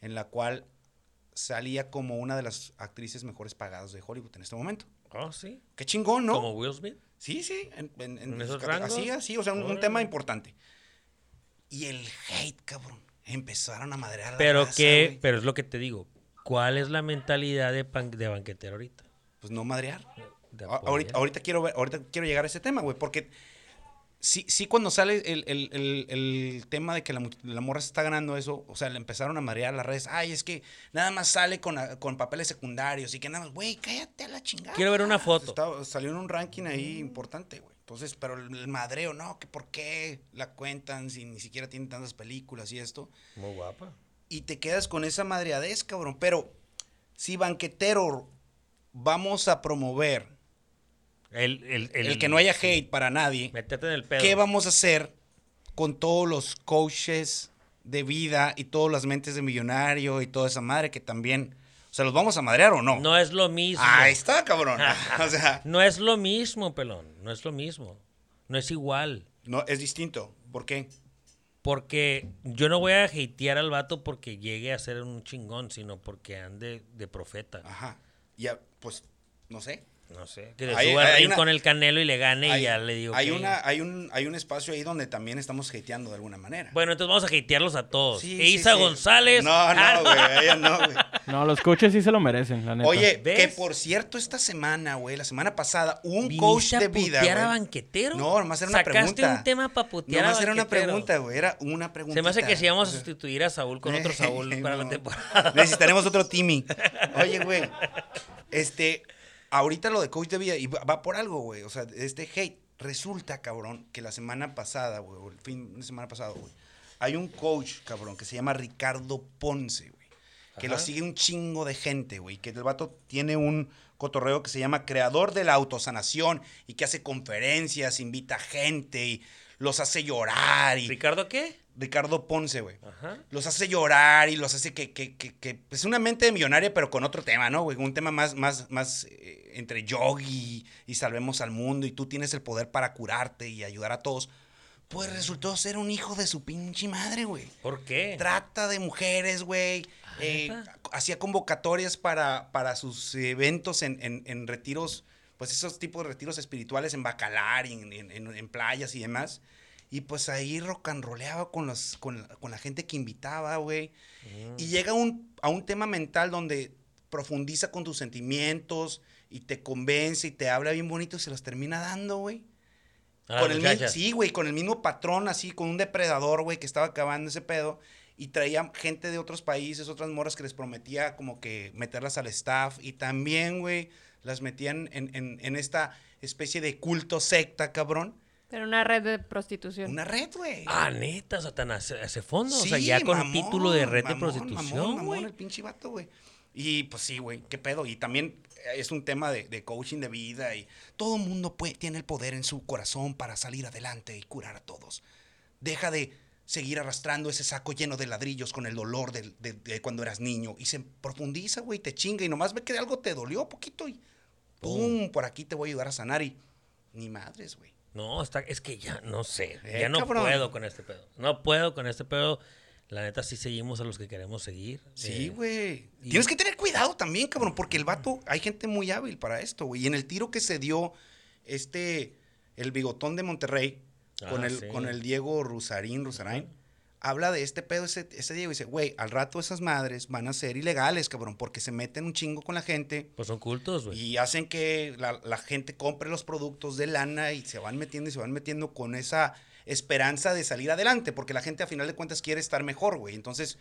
B: en la cual salía como una de las actrices mejores pagadas de Hollywood en este momento.
A: Oh, sí.
B: Qué chingón, ¿no?
A: Como Will Smith.
B: Sí, sí. En, en- en
A: ¿En esos
B: sus cate-
A: rangos?
B: Así, así, o sea, un, un
A: Órale.
B: tema importante. Y el hate, cabrón. Empezaron a madrear. a la
A: Pero
B: raza,
A: que,
B: güey.
A: pero es lo que te digo. ¿Cuál es la mentalidad de, pan- de banquetero ahorita?
B: Pues no madrear.
A: De
B: A-
A: apoyar.
B: Ahorita, ahorita quiero ver, ahorita quiero llegar a ese tema, güey, porque sí, sí cuando sale el, el- el- el tema de que la, mu- la morra se está ganando eso, o sea, le empezaron a marear las redes. Ay, es que nada más sale con, a- con papeles secundarios y que nada más, güey, cállate a la chingada.
A: Quiero ver una foto. Mm.
B: Está- salió en un ranking ahí importante, güey. Entonces, pero el, el madreo, ¿no? Que por qué la cuentan si ni siquiera tienen tantas películas y esto
A: Muy guapa.
B: y te quedas con esa madreadez, cabrón. Pero si banquetero vamos a promover
A: El, el-
B: el,
A: el-
B: que no haya hate para nadie,
A: Métete en el pedo.
B: ¿qué vamos a hacer con todos los coaches de vida y todas las mentes de millonario y toda esa madre que también, o sea, los vamos a madrear o no?
A: No es lo mismo.
B: Ahí está, cabrón. o sea,
A: No es lo mismo, pelón. No es lo mismo. No es igual.
B: no es distinto. ¿Por qué?
A: Porque yo no voy a hatear al vato porque llegue a ser un chingón, sino porque ande de profeta.
B: Ajá. Ya, pues, no sé.
A: No sé. Que se
B: Hay-
A: suba al
B: hay
A: ring
B: una-
A: con el canelo y le gane y ya le digo
B: hay
A: que-
B: una, hay un, hay un espacio ahí donde también estamos hateando de alguna manera.
A: Bueno, entonces vamos a hatearlos a todos.
B: Sí,
A: E
B: sí,
A: Isa
B: sí.
A: González.
B: No,
A: Ah,
B: no, güey. a ella no, güey.
D: No, los coaches sí se lo merecen, la neta.
B: Oye,
A: ¿Ves?
B: que por cierto, esta semana, güey, la semana pasada, hubo un
A: ¿Viniste
B: coach
A: a
B: de vida.
A: putear a
B: güey.
A: banquetero?
B: No, nomás era una
A: ¿Sacaste
B: pregunta.
A: un tema pa' putear a
B: Nomás era una
A: banquetero?
B: pregunta, güey. Era una pregunta.
A: se me hace que si vamos a sustituir a Saúl con otro Saúl para la temporada.
B: Necesitaremos otro Timmy. Oye, güey. Este, ahorita lo de coach de vida, y va va por algo, güey. O sea, este hate. Resulta, cabrón, que la semana pasada, güey, o el fin de semana pasado, güey, hay un coach, cabrón, que se llama Ricardo Ponce, güey. Que lo
A: Ajá.
B: sigue un chingo de gente, güey. Que el vato tiene un cotorreo que se llama Creador de la Autosanación y que hace conferencias, invita gente y los hace llorar. Y
A: ¿Ricardo qué?
B: Ricardo Ponce, güey
A: Ajá.
B: los hace llorar y los hace que, que, que, que- es una mente de millonaria, pero con otro tema, ¿no? güey? Un tema más, más, más eh, entre yogi y salvemos al mundo y tú tienes el poder para curarte y ayudar a todos. Pues resultó ser un hijo de su pinche madre, güey.
A: ¿Por qué? Ah,
B: Trata de mujeres, güey. Eh,
A: ¿neta?
B: hacía convocatorias para, para sus eventos en, en- en retiros, pues esos tipos de retiros espirituales en Bacalar, y en, en- en- en playas y demás. Y pues ahí rock and roleaba con, los, con, la- con la gente que invitaba, güey.
A: Mm.
B: Y llega un- a un tema mental donde profundiza con tus sentimientos y te convence y te habla bien bonito y se los termina dando, güey.
A: A las
B: Con el mi-
A: Ah, muchachas.
B: sí, güey, con el mismo patrón, así, con un depredador, güey, que estaba acabando ese pedo. Y traía gente de otros países, otras morras que les prometía como que meterlas al staff. Y también, güey, las metían en, en- en esta especie de culto secta, cabrón.
E: Pero una red de prostitución.
B: Una red, güey.
A: Ah, neta, Satanás, ese fondo. o sea,
B: Sí,
A: ya con
B: mamón,
A: título de red de
B: mamón, Mamón,
A: prostitución,
B: mamón,
A: güey.
B: el pinche vato, güey. Y pues sí, güey, qué pedo. Y también eh, es un tema de, de coaching de vida y todo mundo puede, tiene el poder en su corazón para salir adelante y curar a todos. Deja de seguir arrastrando ese saco lleno de ladrillos con el dolor del- de, de cuando eras niño y se profundiza, güey, te chinga y nomás ve que algo te dolió poquito y pum, por aquí te voy a ayudar a sanar y ni madres, güey.
A: No, está, es que ya no sé.
B: Eh,
A: ya no
B: cabrón.
A: puedo con este pedo. No puedo con este pedo. La neta, sí seguimos a los que queremos seguir.
B: Sí,
A: Eh,
B: güey.
A: y-
B: Tienes que tener cuidado también, cabrón, porque el vato, hay gente muy hábil para esto, güey. Y en el tiro que se dio este, el bigotón de Monterrey, con,
A: Ah,
B: el,
A: sí.
B: con el Diego Rusarín, Rusarain, habla de este pedo, ese, ese Diego, y dice, güey, al rato esas madres van a ser ilegales, cabrón, porque se meten un chingo con la gente
A: Pues son cultos, güey.
B: y hacen que la, la gente compre los productos de lana y se van metiendo y se van metiendo con esa esperanza de salir adelante, porque la gente a final de cuentas quiere estar mejor, güey. Entonces,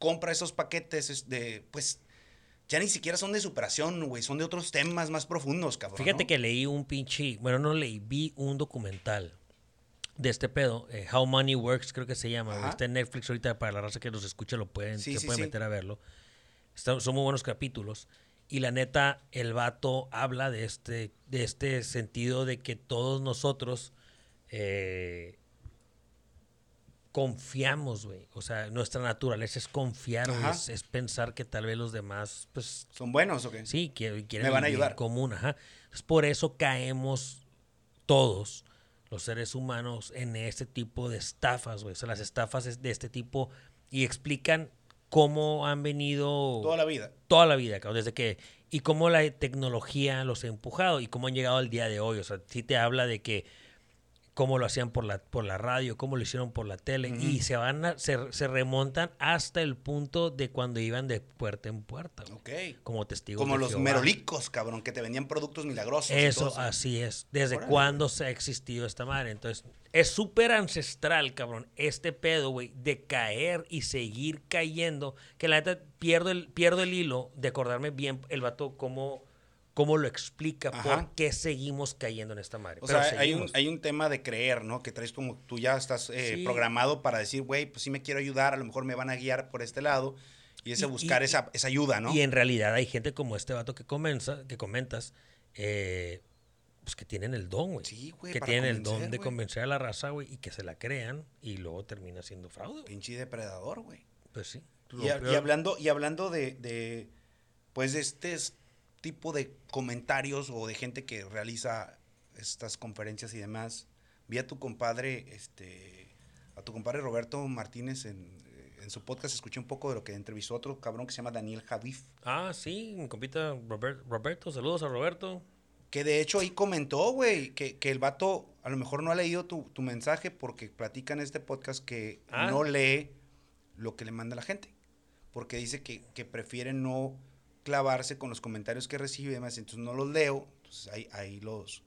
B: compra esos paquetes es de, pues, ya ni siquiera son de superación, güey, son de otros temas más profundos, cabrón.
A: Fíjate
B: ¿no?
A: que leí un pinche, bueno, no leí, vi un documental de este pedo, eh, How Money Works creo que se llama, güey.
B: Ajá.
A: está en Netflix ahorita para la raza que nos escucha lo pueden,
B: Sí,
A: se
B: sí,
A: puede
B: sí.
A: meter a verlo. Está- son muy buenos capítulos y la neta el vato habla de este de este sentido de que todos nosotros eh, confiamos, güey. O sea, nuestra naturaleza es confiar, güey,
B: Ajá.
A: es, es pensar que tal vez los demás pues
B: ¿Son buenos o qué?
A: Sí, que quieren
B: Me van a
A: vivir
B: ayudar.
A: en común, ajá. Es por eso caemos todos los seres humanos en este tipo de estafas, güey. O sea, las estafas es de este tipo y explican cómo han venido
B: Toda la vida.
A: toda la vida, cabrón, desde que y cómo la tecnología los ha empujado y cómo han llegado al día de hoy, o sea, sí te habla de que cómo lo hacían por la por la radio, cómo lo hicieron por la tele y se van a- se, se remontan hasta el punto de cuando iban de puerta en puerta, güey
B: Ok.
A: como testigos.
B: Como
A: de
B: los
A: Jehová.
B: merolicos, cabrón, que te vendían productos milagrosos. y todo
A: Eso,
B: eso.
A: así es. ¿Desde
B: Órale.
A: cuándo se ha existido esta madre? Entonces, es súper ancestral, cabrón, este pedo, güey, de caer y seguir cayendo. Que la neta, pierdo el, pierdo el hilo de acordarme bien el vato cómo, cómo lo explica,
B: Ajá.
A: por qué seguimos cayendo en esta madre.
B: O
A: Pero
B: sea, hay un,
A: seguimos.
B: hay un tema de creer, ¿no? Que traes como tú ya estás eh,
A: Sí.
B: programado para decir, güey, pues sí me quiero ayudar, a lo mejor me van a guiar por este lado. Y ese
A: Y-
B: buscar
A: y-
B: esa, esa ayuda, ¿no?
A: Y en realidad hay gente como este vato que, comienza, que comentas, eh, pues que tienen el don, güey.
B: Sí, güey,
A: Que
B: para
A: tienen el don
B: convencer,
A: de
B: güey.
A: convencer a la raza, güey, y que se la crean y luego termina siendo fraude, güey.
B: Pinche depredador, güey.
A: Pues sí.
B: Y, a- y hablando, y hablando de, de, pues, de este s- tipo de comentarios o de gente que realiza estas conferencias y demás, vi a tu compadre, este, a tu compadre Roberto Martínez en, eh, en su podcast, escuché un poco de lo que entrevistó a otro cabrón que se llama Daniel Javif.
A: Ah, sí, mi compita Robert- Roberto, saludos a Roberto.
B: Que de hecho ahí comentó, güey, que, que el vato a lo mejor no ha leído tu, tu mensaje porque platica en este podcast que
A: Ah.
B: no lee lo que le manda la gente. Porque dice que, que prefiere no clavarse con los comentarios que recibe y demás. Entonces no los leo, entonces ahí, ahí los,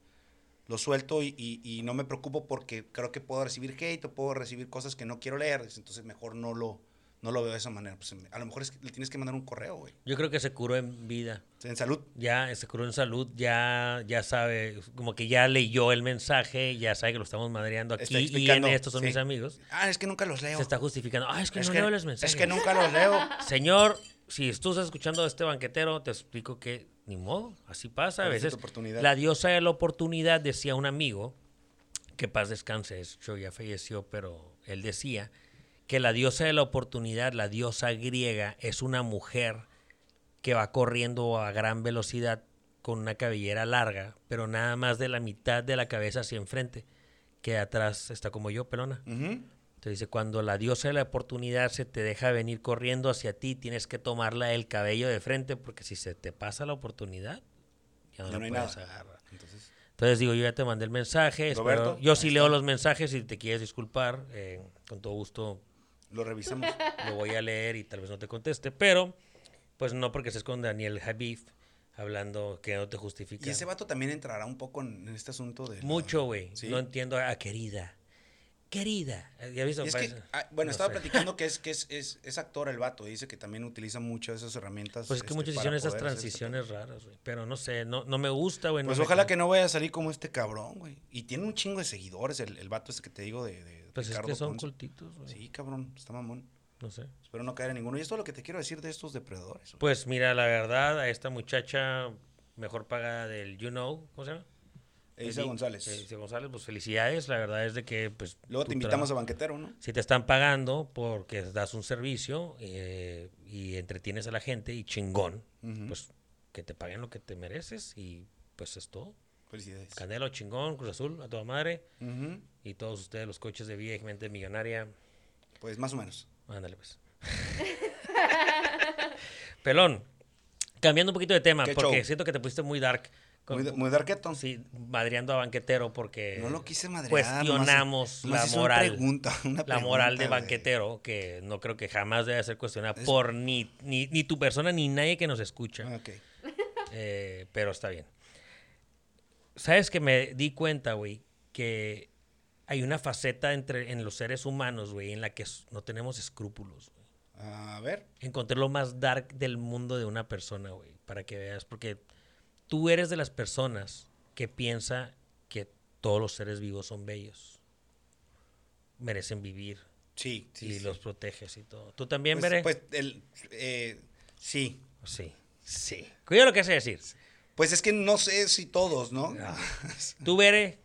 B: los suelto y, y- y no me preocupo porque creo que puedo recibir hate o puedo recibir cosas que no quiero leer. dice, Entonces mejor no lo, no lo veo de esa manera. Pues, a lo mejor es que le tienes que mandar un correo, güey.
A: Yo creo que se curó en vida,
B: En salud.
A: ya eh, se curó en salud, ya, ya sabe, como que ya leyó el mensaje, ya sabe que lo estamos madreando
B: Está
A: aquí y en
B: explicando,
A: estos son
B: sí.
A: mis amigos.
B: Ah, es que nunca los leo.
A: Se está justificando. Ah, es que no leo los mensajes.
B: es que nunca los leo.
A: Señor, si tú estás escuchando a este banquetero, te explico que ni modo, así pasa. A
B: Perdiste
A: veces
B: tu oportunidad.
A: la diosa de la oportunidad, decía un amigo, que paz descanse, de hecho ya falleció, pero él decía que la diosa de la oportunidad, la diosa griega, es una mujer que va corriendo a gran velocidad con una cabellera larga, pero nada más de la mitad de la cabeza hacia enfrente, que atrás está como yo, pelona.
B: Ujú.
A: Te dice, cuando la diosa de la oportunidad se te deja venir corriendo hacia ti, tienes que tomarla el cabello de frente, porque si se te pasa la oportunidad, ya no,
B: Ya
A: la
B: no hay
A: puedes
B: nada.
A: agarrar.
B: Entonces,
A: Entonces digo, yo ya te mandé el mensaje. espero-
B: Roberto,
A: yo sí leo los mensajes, si te quieres disculpar, eh, con todo gusto
B: lo revisamos.
A: lo voy a leer y tal vez no te conteste, pero pues no porque estés con Daniel Javif hablando que no te justifica.
B: y ese vato también entrará un poco en, en este asunto de. la-
A: Mucho, güey.
B: Sí.
A: No entiendo a querida. Querida. ¿Ya viste?
B: Y es que,
A: Parece-
B: ah, bueno,
A: no
B: estaba
A: sé.
B: platicando que es que es, es, es actor el vato. y Dice que también utiliza muchas de esas herramientas.
A: Pues es que
B: este,
A: muchos
B: para
A: hicieron esas
B: poder hacer este
A: transiciones raras, güey. Pero no sé, no, no me gusta, güey.
B: pedo.
A: no
B: Pues
A: me
B: ojalá
A: cae.
B: que no vaya a salir como este cabrón, güey. Y tiene un chingo de seguidores el, el vato ese que te digo de. de
A: Pues es
B: Ricardo
A: que son
B: Ponce.
A: cultitos, güey.
B: Sí, cabrón, está mamón.
A: No sé.
B: Espero no caer en ninguno. Y esto es lo que te quiero decir de estos depredadores. güey.
A: Pues mira, la verdad, a esta muchacha mejor pagada del You Know, ¿cómo se llama?
B: Elisa
A: Eli-
B: González.
A: Elisa González, pues felicidades. La verdad es de que, pues.
B: Luego te
A: tu
B: invitamos
A: trabajo-
B: a banquetero, ¿no?
A: Si te están pagando porque das un servicio eh, y entretienes a la gente y chingón,
B: Ujú.
A: pues que te paguen lo que te mereces y pues es todo.
B: Felicidades.
A: Canelo, chingón, Cruz Azul, a toda madre.
B: Ujú.
A: Y todos ustedes, los coches de Vía y Mente Millonaria,
B: Pues más o menos.
A: ándale pues. Pelón, cambiando un poquito de tema,
B: ¿Qué
A: porque
B: show?
A: siento que te pusiste muy dark. con-
B: Muy, de- muy darketo.
A: sí, madreando a banquetero porque
B: No lo quise madrear.
A: cuestionamos
B: nomás- nomás
A: la
B: hice una
A: moral.
B: pregunta, una
A: la moral de
B: pregunta, güey.
A: banquetero, que no creo que jamás debe ser cuestionada
B: Es-
A: por ni, ni, ni tu persona ni nadie que nos escucha.
B: Ah, ok.
A: Eh, pero está bien. ¿Sabes que me di cuenta, güey? Que hay una faceta entre, en los seres humanos, güey, en la que s- no tenemos escrúpulos. güey.
B: A ver.
A: Encontré lo más dark del mundo de una persona, güey, para que veas. Porque tú eres de las personas que piensa que todos los seres vivos son bellos. Merecen vivir
B: Sí, sí.
A: y
B: sí.
A: los proteges y todo. ¿Tú también,
B: pues,
A: Bere?
B: pues, el, eh, sí.
A: sí, sí. Cuida lo que sé decir.
B: Pues es que no sé si todos, ¿no?
A: Ah, ¿Tú, Bere?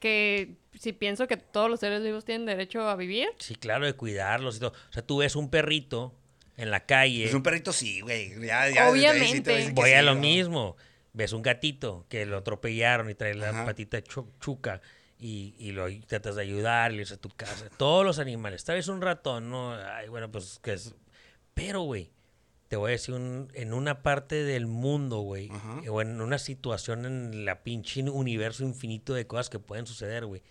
E: Que si pienso que todos los seres vivos tienen derecho a vivir,
B: Pues
A: Sí, claro, de cuidarlos y todo. O sea, tú ves un perrito en la calle.
B: Pues un perrito sí, güey. Ya, ya, desde ahí sí te voy a decir que
E: Obviamente.
A: Pues, voy
B: sí,
A: a lo
B: ¿no?
A: mismo. Ves un gatito que lo atropellaron y trae la
B: Ajá.
A: patita chu- chuca y, y lo tratas de ayudar, le dices a tu casa. Todos los animales. Tal vez un ratón, ¿no? Ay, bueno, pues que es. Pero, güey, te voy a decir, un- en una parte del mundo, güey, eh,
B: Ajá.
A: o en una situación en la pinche universo infinito de cosas que pueden suceder, güey.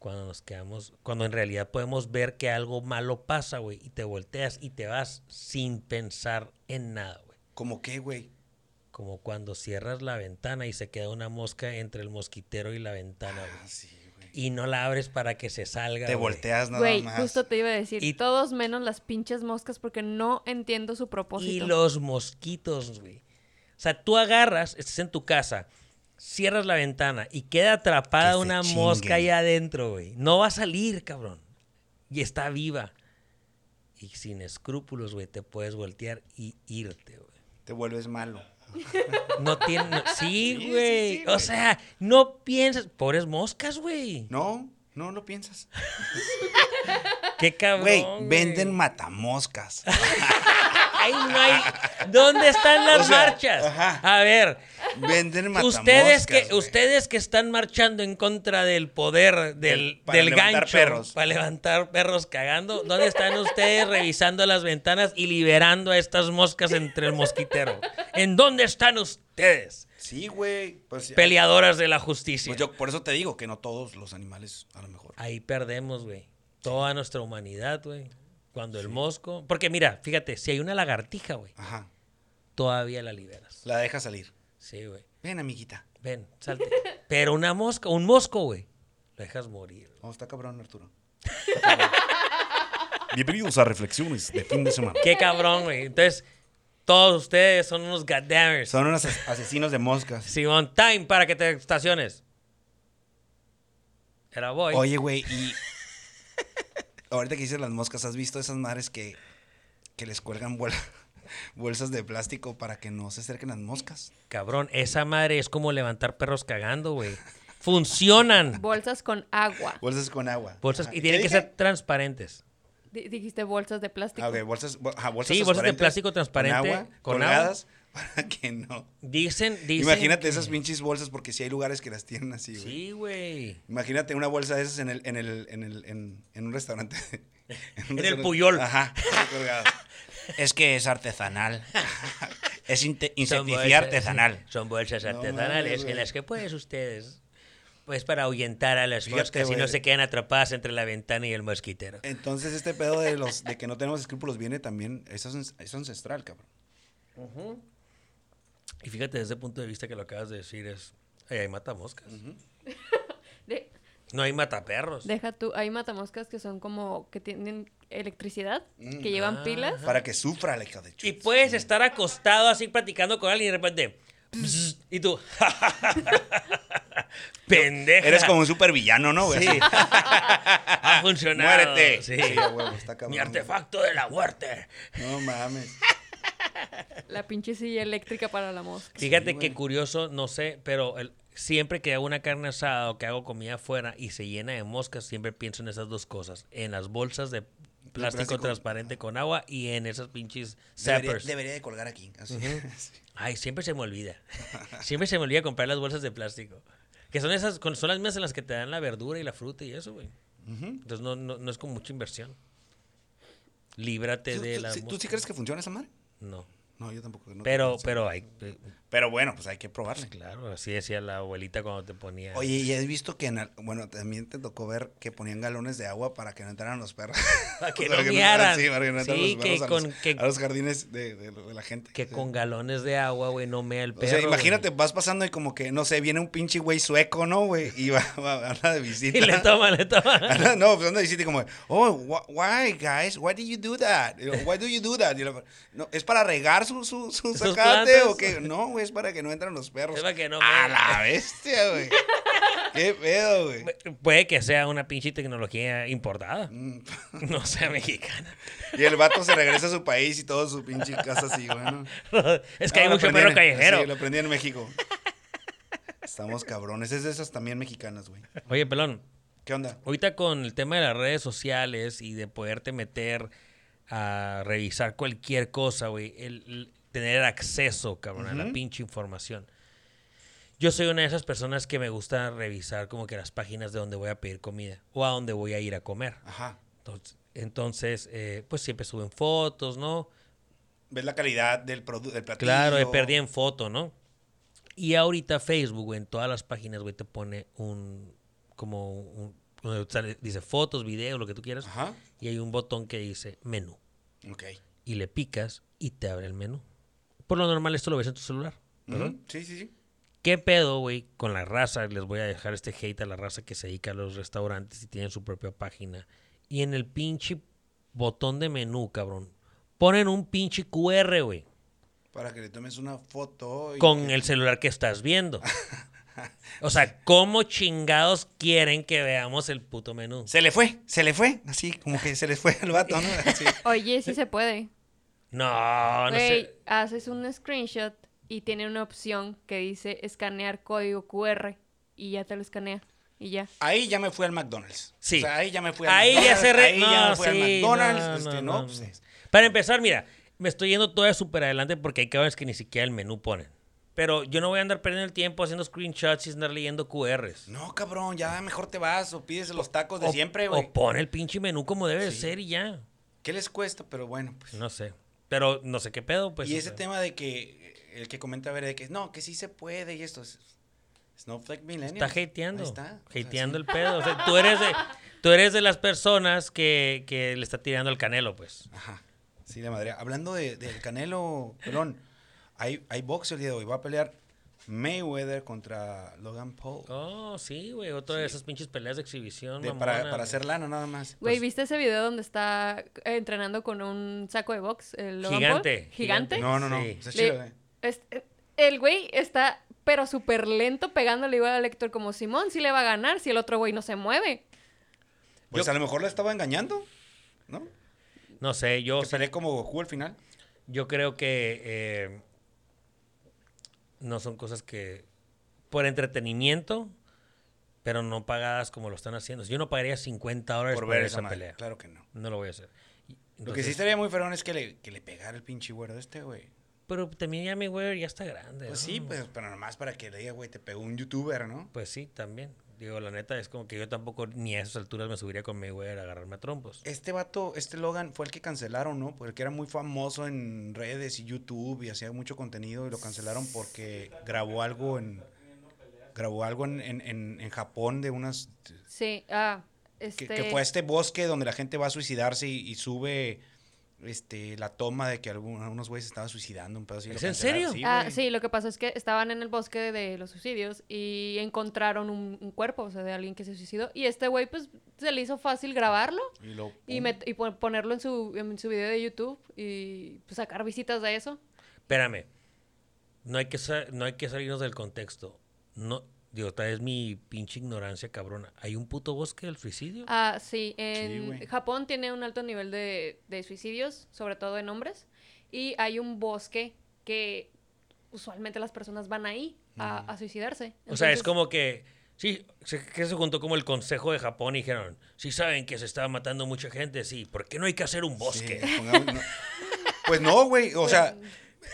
A: Cuando nos quedamos, cuando en realidad podemos ver que algo malo pasa, güey, y te volteas y te vas sin pensar en nada, güey
B: ¿Cómo qué, güey?
A: como cuando cierras la ventana y se queda una mosca entre el mosquitero y la ventana,
B: Ah,
A: güey.
B: sí, güey.
A: Y no la abres para que se salga.
B: Te
A: güey.
B: volteas nada
E: güey,
B: más.
E: justo te iba a decir,
A: Y-
E: todos menos las pinches moscas porque no entiendo su
A: Y
E: propósito.
A: los mosquitos, güey. O sea, tú agarras, estás en tu casa, cierras la ventana y queda atrapada
B: Que se
A: una
B: chinguen.
A: mosca allá adentro, güey. No va a salir, cabrón. Y está viva. Y sin escrúpulos, güey, te puedes voltear y irte, güey.
B: Te vuelves malo.
A: No tiene. no- sí,
B: sí,
A: güey.
B: sí,
A: o
B: güey.
A: sea, no piensas. Pobres moscas, güey.
B: No, no, no piensas.
A: Qué cabrón.
B: Güey,
A: güey.
B: venden matamoscas.
A: Ahí no hay. ¿Dónde están las
B: O sea,
A: marchas?
B: ajá.
A: A ver,
B: Venden matamoscas.
A: ustedes que,
B: güey.
A: ustedes que están marchando en contra del poder del,
B: Del- para
A: del
B: levantar
A: gancho
B: perros.
A: para levantar perros cagando, ¿dónde están ustedes revisando las ventanas y liberando a estas moscas entre el mosquitero? ¿En dónde están ustedes,
B: Sí, güey. Pues, ya-
A: peleadoras de la justicia?
B: pues yo por eso te digo que no todos los animales, a lo mejor.
A: Ahí perdemos, güey. Toda nuestra humanidad, güey. Cuando el mosco. Porque mira, fíjate, si hay una lagartija, güey,
B: Ajá.
A: todavía la liberas.
B: La deja salir.
A: Sí, güey.
B: Ven, amiguita.
A: Ven, salte. Pero una mosca, un mosco, güey. Lo dejas morir.
B: No, Oh, está cabrón, Arturo.
F: Bienvenidos a Reflexiones de fin de semana.
A: Qué cabrón, güey. Entonces, todos ustedes son unos goddammers.
B: Son unos as- asesinos de moscas.
A: Simón, time para que te estaciones. Era voy.
B: Oye, güey, y ahorita que dices las moscas, ¿has visto esas madres que, que les cuelgan bol- bolsas de plástico para que no se acerquen las moscas?
A: Cabrón, esa madre es como levantar perros cagando, güey. Funcionan.
E: Bolsas con agua.
B: Bolsas con agua.
A: Bolsas,
B: Ajá.
A: y
B: Ah, ¿Qué
A: tienen que
B: dije?
A: ser transparentes.
E: Di- dijiste bolsas de plástico.
B: Ah, ok, bolsas, bo- ajá, bolsas
A: Sí, bolsas de
B: transparentes,
A: plástico transparente,
B: Con agua,
A: con
B: colgadas, para que no.
A: Dicen, dicen.
B: Imagínate
A: que-
B: esas pinches bolsas, porque si hay lugares que las tienen así, güey.
A: Sí, güey.
B: Imagínate una bolsa de esas en el, en el, en el, en, en un restaurante. En,
A: el
B: restaurante.
A: Puyol.
B: Ajá. colgadas.
G: Es que es artesanal. es inte-
A: Son
G: insecticida
A: bolsas-
G: artesanal.
A: Son bolsas
B: No
A: artesanales
B: mames, güey.
A: en las que puedes ustedes, pues para ahuyentar a las
B: Fíjate,
A: moscas y
B: güey.
A: no se quedan atrapadas entre la ventana y el mosquitero.
B: Entonces este pedo de los de que no tenemos escrúpulos viene también, eso es, es ancestral, cabrón.
A: Y fíjate, desde el punto de vista que lo acabas de decir es, "Ay, hay matamoscas.
E: De-
A: No hay mataperros.
E: deja tú, hay matamoscas que son como que tienen electricidad, que
B: Mm.
E: llevan pilas.
B: Para que sufra la hija de
A: Y
B: chu.
A: puedes estar acostado así platicando con alguien y de repente... "Bzz", Y tú, pendeja.
B: Eres como un supervillano, ¿no? güey?
A: Sí.
B: Así,
A: ha funcionado.
B: Muérete.
A: Sí.
B: Sí, a huevo, está cabrón.
A: Mi artefacto de la muerte.
B: No mames. Ah.
E: La pinche silla eléctrica para la mosca.
A: Fíjate que curioso, no sé, pero el- siempre que hago una carne asada o que hago comida afuera y se llena de moscas, siempre pienso en esas dos cosas. En las bolsas de plástico,
B: plástico.
A: transparente con agua y en esas pinches
B: Debería,
A: zappers.
B: debería de colgar aquí. así. Sí.
A: Ay, siempre se me olvida. siempre se me olvida comprar las bolsas de plástico. Que son esas, con- son las mismas en las que te dan la verdura y la fruta y eso, güey. Entonces no, no, no es con mucha inversión. Líbrate
B: ¿Tú,
A: de
B: tú-
A: la
B: sí- tú
A: mosca.
B: sí crees que funciona esa madre?
A: No.
B: No, yo tampoco. no
A: Pero,
B: tengo cáncer.
A: pero hay, eh,
B: Pero bueno, pues hay que probarle.
A: claro, así decía la abuelita cuando te ponía.
B: Oye, ¿y has visto que en al- bueno, también te tocó ver que ponían galones de agua para que no entraran los perros?
A: Para que
B: Para
A: no
B: que no-
A: miaran.
B: sí, para que no entraran
A: Sí,
B: los
A: que
B: perros a los-
A: con- que-
B: a los jardines de, de- de la gente.
A: que
B: Sí.
A: con galones de agua, güey, no mea el
B: O
A: perro.
B: sea, imagínate,
A: güey.
B: vas pasando y como que, no sé, viene un pinche güey sueco, ¿no, güey? Y va, va, anda de visita.
A: Y le toma, le toma.
B: Anda- no, pues anda de visita y como, oh, wh- why, guys? Why did you do that? Y yo, Why do you do that? Y yo, no, ¿Es para regar su, su, su
A: ¿Sus
B: zacate
A: plantas?
B: o qué? No, güey, es para que no entren los perros.
A: Es para que no
B: A
A: meen.
B: la bestia, güey. Qué pedo, güey.
A: Puede que sea una pinche tecnología importada.
B: Mm.
A: No sea mexicana.
B: Y el vato se regresa a su país y todo su pinche casa así, güey. ¿no?
A: es que
B: Ah,
A: hay
B: lo
A: mucho
B: aprendí
A: perro
B: en-
A: callejero.
B: Sí, lo aprendí en México. Estamos cabrones. Es de esas también mexicanas, güey.
A: Oye, pelón,
B: ¿Qué onda?
A: ahorita con el tema de las redes sociales y de poderte meter a revisar cualquier cosa, güey, el, el tener acceso, cabrón, a la pinche información. Yo soy una de esas personas que me gusta revisar como que las páginas de donde voy a pedir comida o a donde voy a ir a comer.
B: Ajá.
A: Entonces, entonces, eh, pues siempre suben fotos, ¿no?
B: ¿Ves la calidad del producto, del platillo?
A: Claro, eh, perdí en foto, ¿no? Y ahorita Facebook, güey, en todas las páginas, güey, te pone un, como un, donde sale- dice fotos, videos, lo que tú quieras.
B: Ajá.
A: Y hay un botón que dice menú.
B: Ok.
A: Y le picas y te abre el menú. Por lo normal esto lo ves en tu celular. ¿verdad?
B: Ujú. Sí, sí, sí.
A: ¿Qué pedo, güey, con la raza? Les voy a dejar este hate a la raza que se dedica a los restaurantes y tienen su propia página. Y en el pinche botón de menú, cabrón, ponen un pinche QR, güey,
B: Para que le tomes una foto. y
A: con
B: que-
A: el celular que estás viendo. O sea, ¿cómo chingados quieren que veamos el puto menú?
B: Se le fue, se le fue. Así, como que se les fue al vato, ¿no? Así.
E: Oye, sí se puede.
A: Ah, No, no
E: Güey,
A: sé.
E: haces un screenshot y tiene una opción que dice escanear código QR y ya te lo escanea y ya.
B: Ahí ya me fui al McDonald's.
A: Sí.
B: O sea, ahí ya me fui al
A: Ahí ya
B: McDonald's.
A: se re-
B: Ahí ya me
A: no,
B: fui
A: sí,
B: al McDonald's.
A: no, no,
B: este, no,
A: no,
B: pues,
A: no.
B: es-
A: Para empezar, mira, me estoy yendo todavía súper adelante porque hay cabrones que ni siquiera el menú ponen. Pero yo no voy a andar perdiendo el tiempo haciendo screenshots y andar leyendo QRs.
B: no, cabrón, ya mejor te vas o pides los tacos de
A: O-
B: siempre, güey.
A: O pon el pinche menú como debe de ser y ya.
B: ¿Qué les cuesta? Pero bueno, pues.
A: No sé. Pero no sé qué pedo, pues.
B: y
A: o
B: ese
A: sea.
B: tema de que eh, el que comenta a ver de que no, que sí se puede y esto es Snowflake Millennium.
A: Está hateando.
B: Ahí está. O sea,
A: Hateando
B: sí.
A: el pedo. O sea, tú eres de, tú eres de las personas que, que le está tirando el canelo, pues.
B: Ajá. Sí, de madre. Hablando de- del Canelo, perdón, hay, hay box el día de hoy. Va a pelear Mayweather contra Logan Paul.
A: Oh, sí, güey. Otra de esas pinches peleas de exhibición.
B: De- para,
A: mamona,
B: para
A: güey.
B: hacer lana nada más.
E: Güey,
B: Pues,
E: ¿viste ese video donde está eh, entrenando con un saco de box? el Logan Paul?
A: Gigante,
E: Gigante.
A: gigante.
B: no, no, no.
A: Sí.
B: Está
E: Le-
B: chido, eh. güey.
E: es- el güey está, pero súper lento, pegándole igual al Héctor como Simón. Si le va a ganar, si el otro güey no se mueve.
B: Pues a lo mejor la estaba engañando, ¿no?
A: No sé, yo,
B: Que peleé como Goku al final.
A: yo creo que eh, no son cosas que. Por entretenimiento, pero no pagadas como lo están haciendo. Yo no pagaría 50 dólares
B: Por ver esa, madre.
A: pelea.
B: Claro que no.
A: No lo voy a hacer. Y-
B: Lo que sí
A: entonces-
B: estaría muy ferón es que le, que le pegara el pinche güero este, güey.
A: Pero también ya mi güey ya está grande. ¿no?
B: Pues sí, pues, pero nomás para que le diga, güey, te pegó un youtuber, ¿no?
A: Pues sí, también. Digo, la neta es como que yo tampoco ni a esas alturas me subiría con mi güey a agarrarme a trompos.
B: Este vato, este Logan, fue el que cancelaron, ¿no? Porque era muy famoso en redes y YouTube y hacía mucho contenido y lo cancelaron porque grabó algo en. Grabó algo en, en- en- en Japón de unas.
E: Sí, ah,
B: Que,
E: este.
B: que fue a este bosque donde la gente va a suicidarse y, y sube este la toma de que algún- algunos güeyes estaban suicidando. Un pedo así, lo
A: ¿Es en
B: cancelaron.
A: serio?
E: Ah,
B: güey.
E: sí, lo que pasó es que estaban en el bosque de los suicidios y encontraron un, un cuerpo, o sea, de alguien que se suicidó. Y este güey, pues, se le hizo fácil grabarlo
B: Y, lo-
E: y, met- y pon- ponerlo en su, en su video de YouTube y pues, sacar visitas de eso.
A: Espérame. No hay que, sa- no hay que salirnos del contexto. No, digo, tal vez mi pinche ignorancia cabrona. ¿Hay un puto bosque del suicidio?
E: Ah, sí, en
B: güey.
E: Japón tiene un alto nivel de, de suicidios, sobre todo en hombres, y hay un bosque que usualmente las personas van ahí a, a suicidarse.
A: o sea, es
E: Entonces-
A: como que... Sí, se, que se juntó como el Consejo de Japón y dijeron, sí saben que se estaba matando mucha gente, sí, ¿por qué no hay que hacer un
B: Sí,
A: bosque?
B: pongamos- no. Pues no, güey. O sea,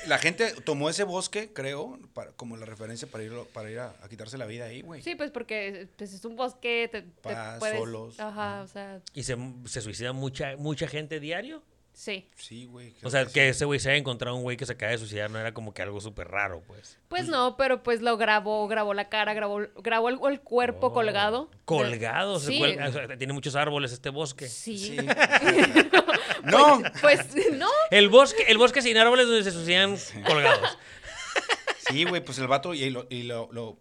B: la gente tomó ese bosque, creo, para- como la referencia para ir, para ir a, a quitarse la vida ahí, güey.
E: Sí, pues porque pues, es un bosque, te, te
B: Paz,
E: puedes...
B: solos.
E: Ajá, o sea...
A: ¿Y se, se suicida mucha, mucha gente diario?
E: Sí.
B: Sí, güey. creo
A: O sea,
B: sí.
A: que ese güey se haya encontrado un güey que se acaba de suicidar no era como que algo súper raro, pues.
E: Pues no, pero pues lo grabó, grabó la cara, grabó, grabó el, el cuerpo
A: Oh.
E: colgado.
A: Colgado. se
E: Sí.
A: cuelga- o sea, tiene muchos árboles este bosque.
E: Sí.
B: Sí. no.
E: Pues no.
A: El bosque, el bosque sin árboles donde se suicidan colgados.
B: Sí, güey, pues el vato y, lo, y lo, lo-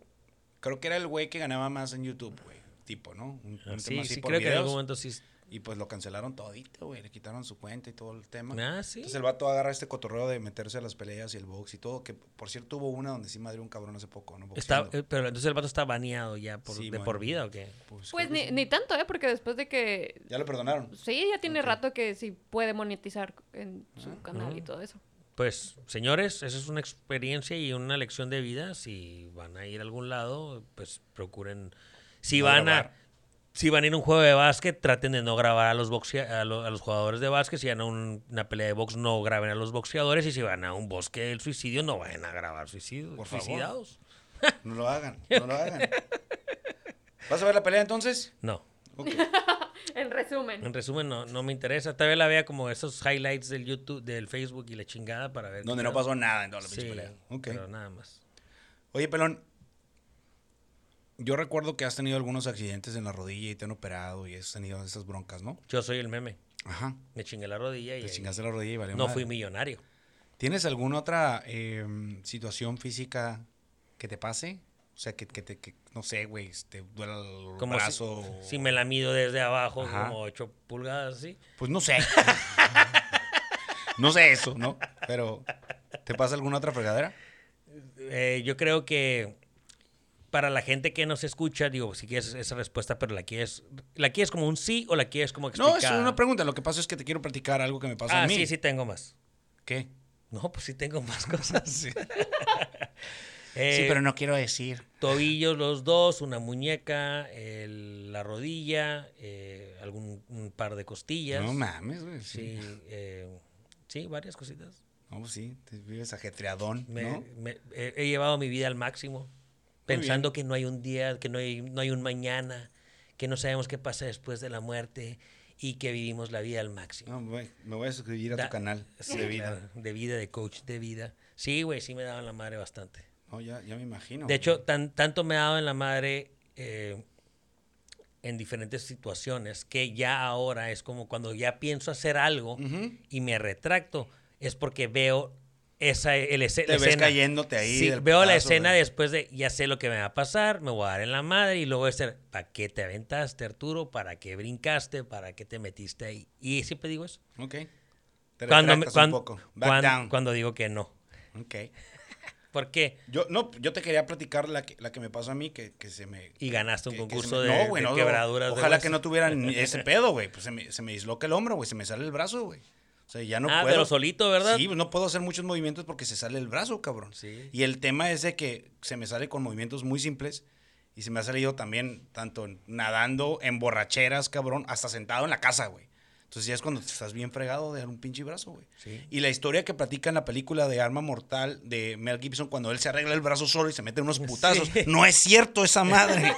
B: Creo que era el güey que ganaba más en YouTube, güey. Tipo, ¿no? Un, un
A: Sí,
B: tema así
A: sí,
B: por
A: creo que en
B: videos.
A: algún momento sí.
B: Y pues lo cancelaron todito, güey. Le quitaron su cuenta y todo el tema.
A: Ah, sí.
B: Entonces el vato agarra este cotorreo de meterse a las peleas y el box y todo. Que por cierto hubo una donde sí madrió un cabrón hace poco, ¿no?
A: Está,
B: Boxeando.
A: eh, pero entonces el vato está baneado ya por,
B: Sí,
A: de
B: man.
A: por vida o qué.
E: Pues
B: creo que
E: ni,
B: sí.
E: ni tanto, ¿eh? Porque después de que...
B: Ya lo perdonaron.
E: Sí, ya tiene rato que sí puede monetizar en su
A: Ah,
E: canal y todo eso.
A: Pues, señores, esa es una experiencia y una lección de vida. Si van a ir a algún lado, pues procuren. Si
B: No
A: van
B: grabar.
A: a. Si van a ir a un juego de básquet, traten de no grabar a los, boxea- a lo- a los jugadores de básquet. Si van a un- una pelea de box, no graben a los boxeadores. Y si van a un bosque del suicidio, no vayan a grabar suicidios,
B: Por favor.
A: suicidados.
B: No lo hagan, no lo hagan. ¿Vas a ver la pelea entonces?
A: No.
B: Ok.
E: En resumen.
A: En resumen, no, no me interesa. Tal vez la vea como esos highlights del YouTube, del Facebook y la chingada para ver.
B: Donde
A: qué
B: no
A: pedo.
B: pasó nada en toda la pinche
A: Sí,
B: pelea. Ok.
A: pero nada más.
B: Oye, Pelón, yo recuerdo que has tenido algunos accidentes en la rodilla y te han operado y has tenido esas broncas, ¿no?
A: Yo soy el meme.
B: Ajá.
A: Me chingué la rodilla y
B: Te
A: ahí
B: chingaste la rodilla y valió
A: no
B: madre.
A: fui millonario.
B: ¿Tienes alguna otra eh, situación física que te pase? O sea, que, que te, que, no sé, güey, te duela el
A: Como si-
B: brazo.
A: si, me la mido desde abajo,
B: Ajá.
A: como 8 pulgadas, sí.
B: Pues no sé. no sé eso, ¿no? Pero, ¿te pasa alguna otra fregadera?
A: Eh, yo creo que para la gente que nos escucha, digo, si quieres esa respuesta, pero la quieres, la quieres como un sí o la quieres como
B: No,
A: explicada.
B: es una pregunta. Lo que pasa es que te quiero platicar algo que me pasó
A: Ah,
B: a mí.
A: sí, sí tengo más.
B: ¿Qué?
A: No, pues sí tengo más cosas.
B: Sí.
A: Eh,
B: no quiero decir.
A: Tobillos los dos, una muñeca, el- la rodilla, eh, algún un par de costillas.
B: No mames, güey. Sí.
A: Sí, eh, sí, varias cositas.
B: No, pues sí, te vives ajetreadón,
A: Me-
B: ¿no?
A: me- he, he llevado mi vida al máximo, pensando que no hay un día, que no hay, no hay un mañana, que no sabemos qué pasa después de la muerte y que vivimos la vida al máximo.
B: No, güey, me voy a suscribir a
A: Da-
B: tu canal
A: Sí,
B: de vida.
A: claro, de vida, de coach de vida. Sí, güey, sí me daban la madre bastante.
B: No, ya, ya me imagino.
A: De hecho, tan, tanto me ha dado en la madre eh, en diferentes situaciones que ya ahora es como cuando ya pienso hacer algo y me retracto, es porque veo esa el esce-
B: Te
A: la
B: ves
A: escena.
B: cayéndote ahí
A: Sí,
B: del
A: veo la
B: putazo,
A: escena
B: güey.
A: después de ya sé lo que me va a pasar, me voy a dar en la madre y luego es ser, ¿para qué te aventaste, Arturo? ¿Para qué brincaste? ¿Para qué te metiste ahí? Y siempre digo eso.
B: Ok. Te
A: Cuando, me-
B: retractas
A: cuan-
B: un poco. Back
A: cuan-
B: down.
A: cuando digo que no.
B: Ok.
A: ¿Por qué?
B: Yo, no, yo te quería platicar la que, la que me pasó a mí, que, que se me...
A: Y ganaste un
B: que- que se
A: concurso
B: me-
A: de,
B: güey,
A: de
B: no,
A: quebraduras. de
B: Ojalá
A: hueso.
B: que no tuvieran ni ese pedo, güey. Pues se me, se me disloca el hombro, güey. Se me sale el brazo, güey. O sea, ya no
A: ah,
B: puedo.
A: pero solito, ¿verdad?
B: Sí, pues no puedo hacer muchos movimientos porque se sale el brazo, cabrón.
A: Sí.
B: Y el tema es de que se me sale con movimientos muy simples y se me ha salido también tanto en- nadando, en borracheras, cabrón, hasta sentado en la casa, güey. Entonces ya es cuando estás bien fregado de un pinche brazo, güey.
A: Sí.
B: Y la historia que platica en la película de Arma Mortal de Mel Gibson cuando él se arregla el brazo solo y se mete unos putazos.
A: Sí.
B: No es cierto esa madre.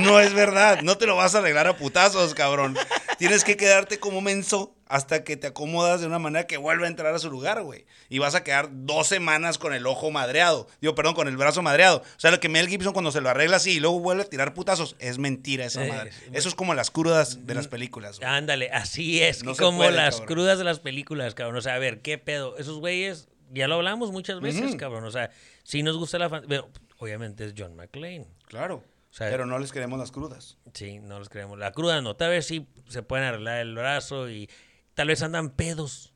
B: No es verdad. No te lo vas a arreglar a putazos, cabrón. Tienes que quedarte como menso hasta que te acomodas de una manera que vuelva a entrar a su lugar, güey. Y vas a quedar dos semanas con el ojo madreado. Digo, perdón, con el brazo madreado. O sea, lo que Mel Gibson cuando se lo arregla así y luego vuelve a tirar putazos, es mentira esa
A: Eh,
B: madre.
A: es-
B: Eso es como las crudas de las películas, güey.
A: Ándale, así es,
B: No
A: que
B: se
A: como
B: puede,
A: las
B: cabrón.
A: crudas de las películas, cabrón. O sea, a ver, ¿qué pedo? Esos güeyes, ya lo hablamos muchas veces, cabrón. O sea, si nos gusta la fan- pero, obviamente es John McClane.
B: Claro.
A: sea,
B: pero no les queremos las crudas.
A: Sí, no los creemos. La cruda no, tal vez sí se pueden arreglar el brazo y tal vez andan pedos.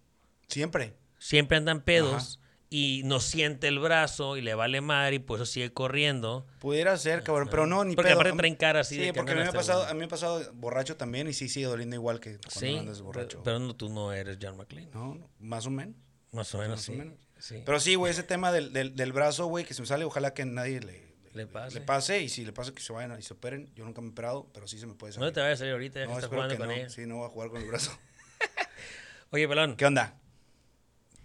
B: Siempre.
A: Siempre andan pedos y no siente el brazo y le vale madre y por eso sigue corriendo.
B: Pudiera ser, cabrón, pero no, ni
A: Ah, Porque
B: pedo.
A: aparte
B: A mí-
A: traen cara así
B: Sí,
A: de que
B: porque a
A: andan
B: mí, me ha
A: hasta el
B: pasado,
A: huevo.
B: a mí me ha pasado borracho también y sí sigue doliendo igual que cuando
A: sí,
B: andas borracho.
A: pero, pero no, tú no eres John McClane.
B: No, no, más o menos.
A: Más o menos,
B: Más
A: sí.
B: o menos.
A: Sí.
B: Pero sí, güey, ese tema del, del, del brazo, güey, que se me sale, ojalá que nadie le,
A: Le pase.
B: Y si le pasa, que se vayan y se operen. Yo nunca me he operado, pero sí se me puede salir.
A: no te vaya a salir ahorita, ya que
B: No,
A: estás
B: espero
A: jugando
B: que
A: con
B: no.
A: ella.
B: Sí, no voy a jugar con el brazo.
A: Oye, pelón,
B: ¿Qué onda?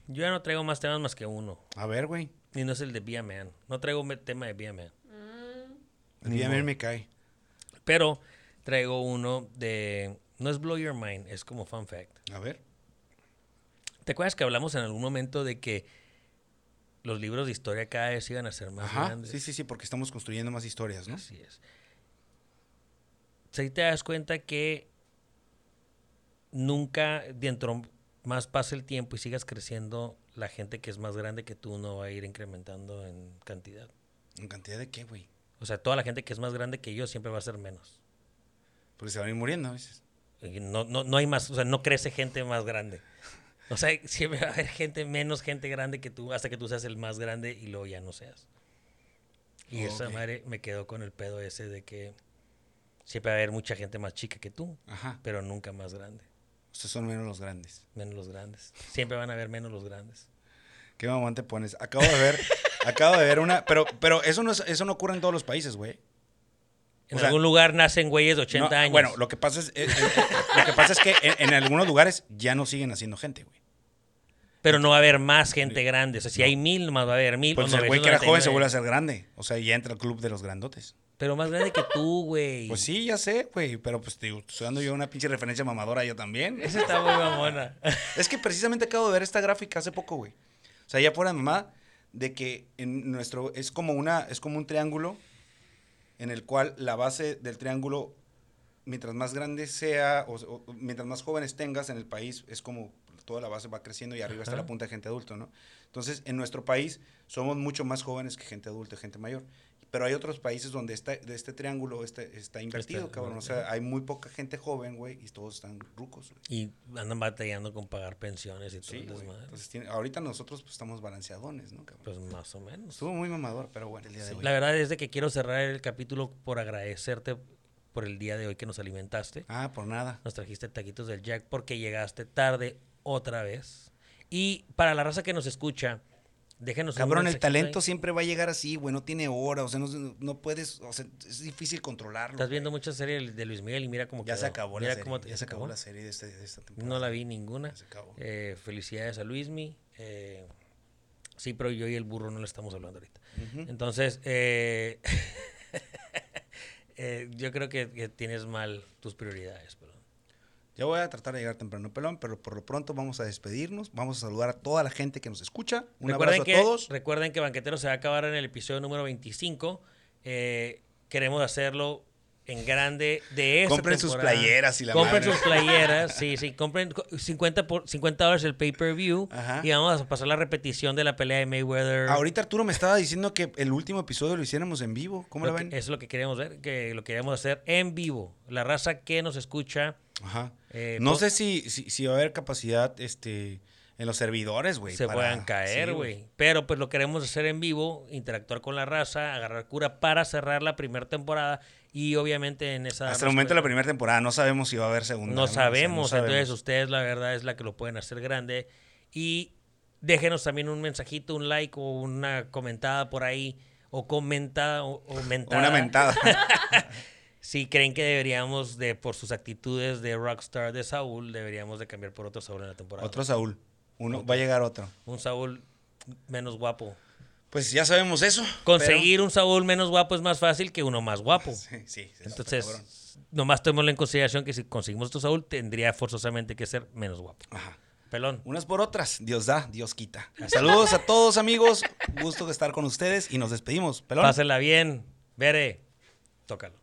A: yo ya no traigo más temas más que uno.
B: A ver, güey.
A: Y no es el de Be a Man. No traigo un tema de Be a Man.
B: El día me cae.
A: Pero traigo uno de. No es Blow Your Mind, es como fun fact.
B: A ver.
A: ¿Te acuerdas que hablamos en algún momento de que los libros de historia cada vez iban a ser más
B: Ajá.
A: grandes?
B: Sí, sí, sí, porque estamos construyendo más historias, ¿no?
A: Así es. Si te das cuenta que nunca, dentro más pasa el tiempo y sigas creciendo, la gente que es más grande que tú no va a ir incrementando en cantidad.
B: ¿En cantidad de qué, güey?
A: O sea, toda la gente que es más grande que yo siempre va a ser menos.
B: Porque se van a ir muriendo a veces.
A: Y No, no, no hay más, o sea, no crece gente más grande. O sea, siempre va a haber gente, menos gente grande que tú, hasta que tú seas el más grande y luego ya no seas. Y esa
B: Ok.
A: madre me quedó con el pedo ese de que siempre va a haber mucha gente más chica que tú,
B: Ajá.
A: pero nunca más grande.
B: Ustedes son menos los grandes.
A: Menos los grandes. Siempre van a haber menos los grandes.
B: ¿Qué mamón te pones? Acabo de ver, acabo de ver una, pero, pero eso no es- eso no ocurre en todos los países, güey.
A: En
B: O sea,
A: algún lugar nacen güeyes de 80
B: No, ah,
A: años.
B: Bueno, lo que pasa es, eh, eh, lo que pasa es que en, en algunos lugares ya no siguen haciendo gente, güey.
A: pero no va a haber más gente grande. O sea, si hay mil, nomás va a haber mil.
B: Pues
A: o
B: el güey que era joven se
A: 999.
B: vuelve a ser grande. O sea, ya entra al club de los grandotes.
A: Pero más grande que tú, güey.
B: Pues sí, ya sé, güey. Pero pues te digo, estoy dando yo una pinche referencia mamadora yo también.
A: Esa está muy mamona.
B: Es que precisamente acabo de ver esta gráfica hace poco, güey. O sea, ya fuera de mamá, de que en nuestro. Es como una. Es como un triángulo en el cual la base del triángulo, mientras más grande sea, o, o mientras más jóvenes tengas en el país, es como toda la base va creciendo y arriba está
A: Ajá.
B: la punta de gente adulta, ¿no? Entonces, en nuestro país somos mucho más jóvenes que gente adulta, gente mayor. Pero hay otros países donde está, de este triángulo este, está invertido, cabrón. O sea, hay muy poca gente joven, güey, y todos están rucos, güey.
A: Y andan batallando con pagar pensiones y todo
B: Sí,
A: el
B: güey.
A: desmadre.
B: Entonces, tiene- ahorita nosotros pues, estamos balanceadones, ¿no? cabrón?
A: Pues más o menos.
B: Estuvo muy mamador, pero bueno, el día de hoy.
A: La verdad es de que quiero cerrar el capítulo por agradecerte por el día de hoy que nos alimentaste.
B: Ah, por nada.
A: Nos trajiste taquitos del Jack porque llegaste tarde otra vez. Y para la raza que nos escucha, déjenos un
B: Cabrón, el
A: mensajito ahí.
B: talento siempre va a llegar así, güey. No tiene hora, o sea, no, no puedes, o sea, es difícil controlarlo.
A: Estás viendo muchas series de Luis Miguel y mira cómo
B: Ya se
A: quedó.
B: acabó
A: Mira
B: la
A: cómo
B: serie.
A: te-
B: Ya se acabó
A: acabó.
B: la serie de, este- de esta temporada.
A: No la vi ninguna.
B: Ya se acabó.
A: Eh, felicidades a Luismi. Eh, sí, pero yo y el burro no le estamos hablando ahorita. Entonces, eh, eh, yo creo que, que tienes mal tus prioridades. pero-
B: Ya voy a tratar de llegar temprano, pelón, pero por lo pronto vamos a despedirnos. Vamos a saludar a toda la gente que nos escucha. Un abrazo
A: que,
B: a todos.
A: Recuerden que Banquetero se va a acabar en el episodio número 25. Eh, queremos hacerlo en grande de esta
B: Compren sus
A: temporada.
B: playeras y la
A: Compren
B: madre.
A: sus playeras, sí, sí. Compren co- 50, por, 50 dólares el pay-per-view.
B: Ajá.
A: Y vamos a pasar la repetición de la pelea de Mayweather.
B: Ahorita Arturo me estaba diciendo que el último episodio lo hiciéramos en vivo. ¿Cómo
A: Lo
B: lo
A: que-
B: ven?
A: eso es lo que queríamos ver, que lo queríamos hacer en vivo. La raza que nos escucha.
B: Ajá.
A: Eh,
B: no
A: po-
B: sé si, si, si va a haber capacidad este, en los servidores, güey.
A: se
B: para-
A: puedan caer,
B: sí,
A: güey. Pero pues lo queremos hacer en vivo, interactuar con la raza, agarrar cura para cerrar la primera temporada y obviamente en esa...
B: Hasta el momento de la
A: respuesta-
B: primera temporada no sabemos si va a haber segunda.
A: No
B: O sea,
A: sabemos, entonces
B: sabemos.
A: ustedes la verdad es la que lo pueden hacer grande y déjenos también un mensajito, un like o una comentada por ahí o comentada o, o
B: O Una mentada.
A: Si creen que deberíamos de por sus actitudes de rockstar de Saúl deberíamos de cambiar por otro Saúl en la temporada.
B: otro Saúl. Uno, Va a llegar otro.
A: Un Saúl menos guapo.
B: Pues ya sabemos eso.
A: Conseguir un Saúl menos guapo es más fácil que uno más guapo.
B: pero- Sí, sí, sí, está cabrón.
A: Entonces, nomás tomémoslo en consideración que si conseguimos otro Saúl, tendría forzosamente que ser menos guapo.
B: Ajá.
A: Pelón.
B: Unas por otras. Dios da, Dios quita. Saludos a todos, amigos. Gusto de estar con ustedes y nos despedimos. Pelón.
A: Pásenla bien. Bere, tócalo.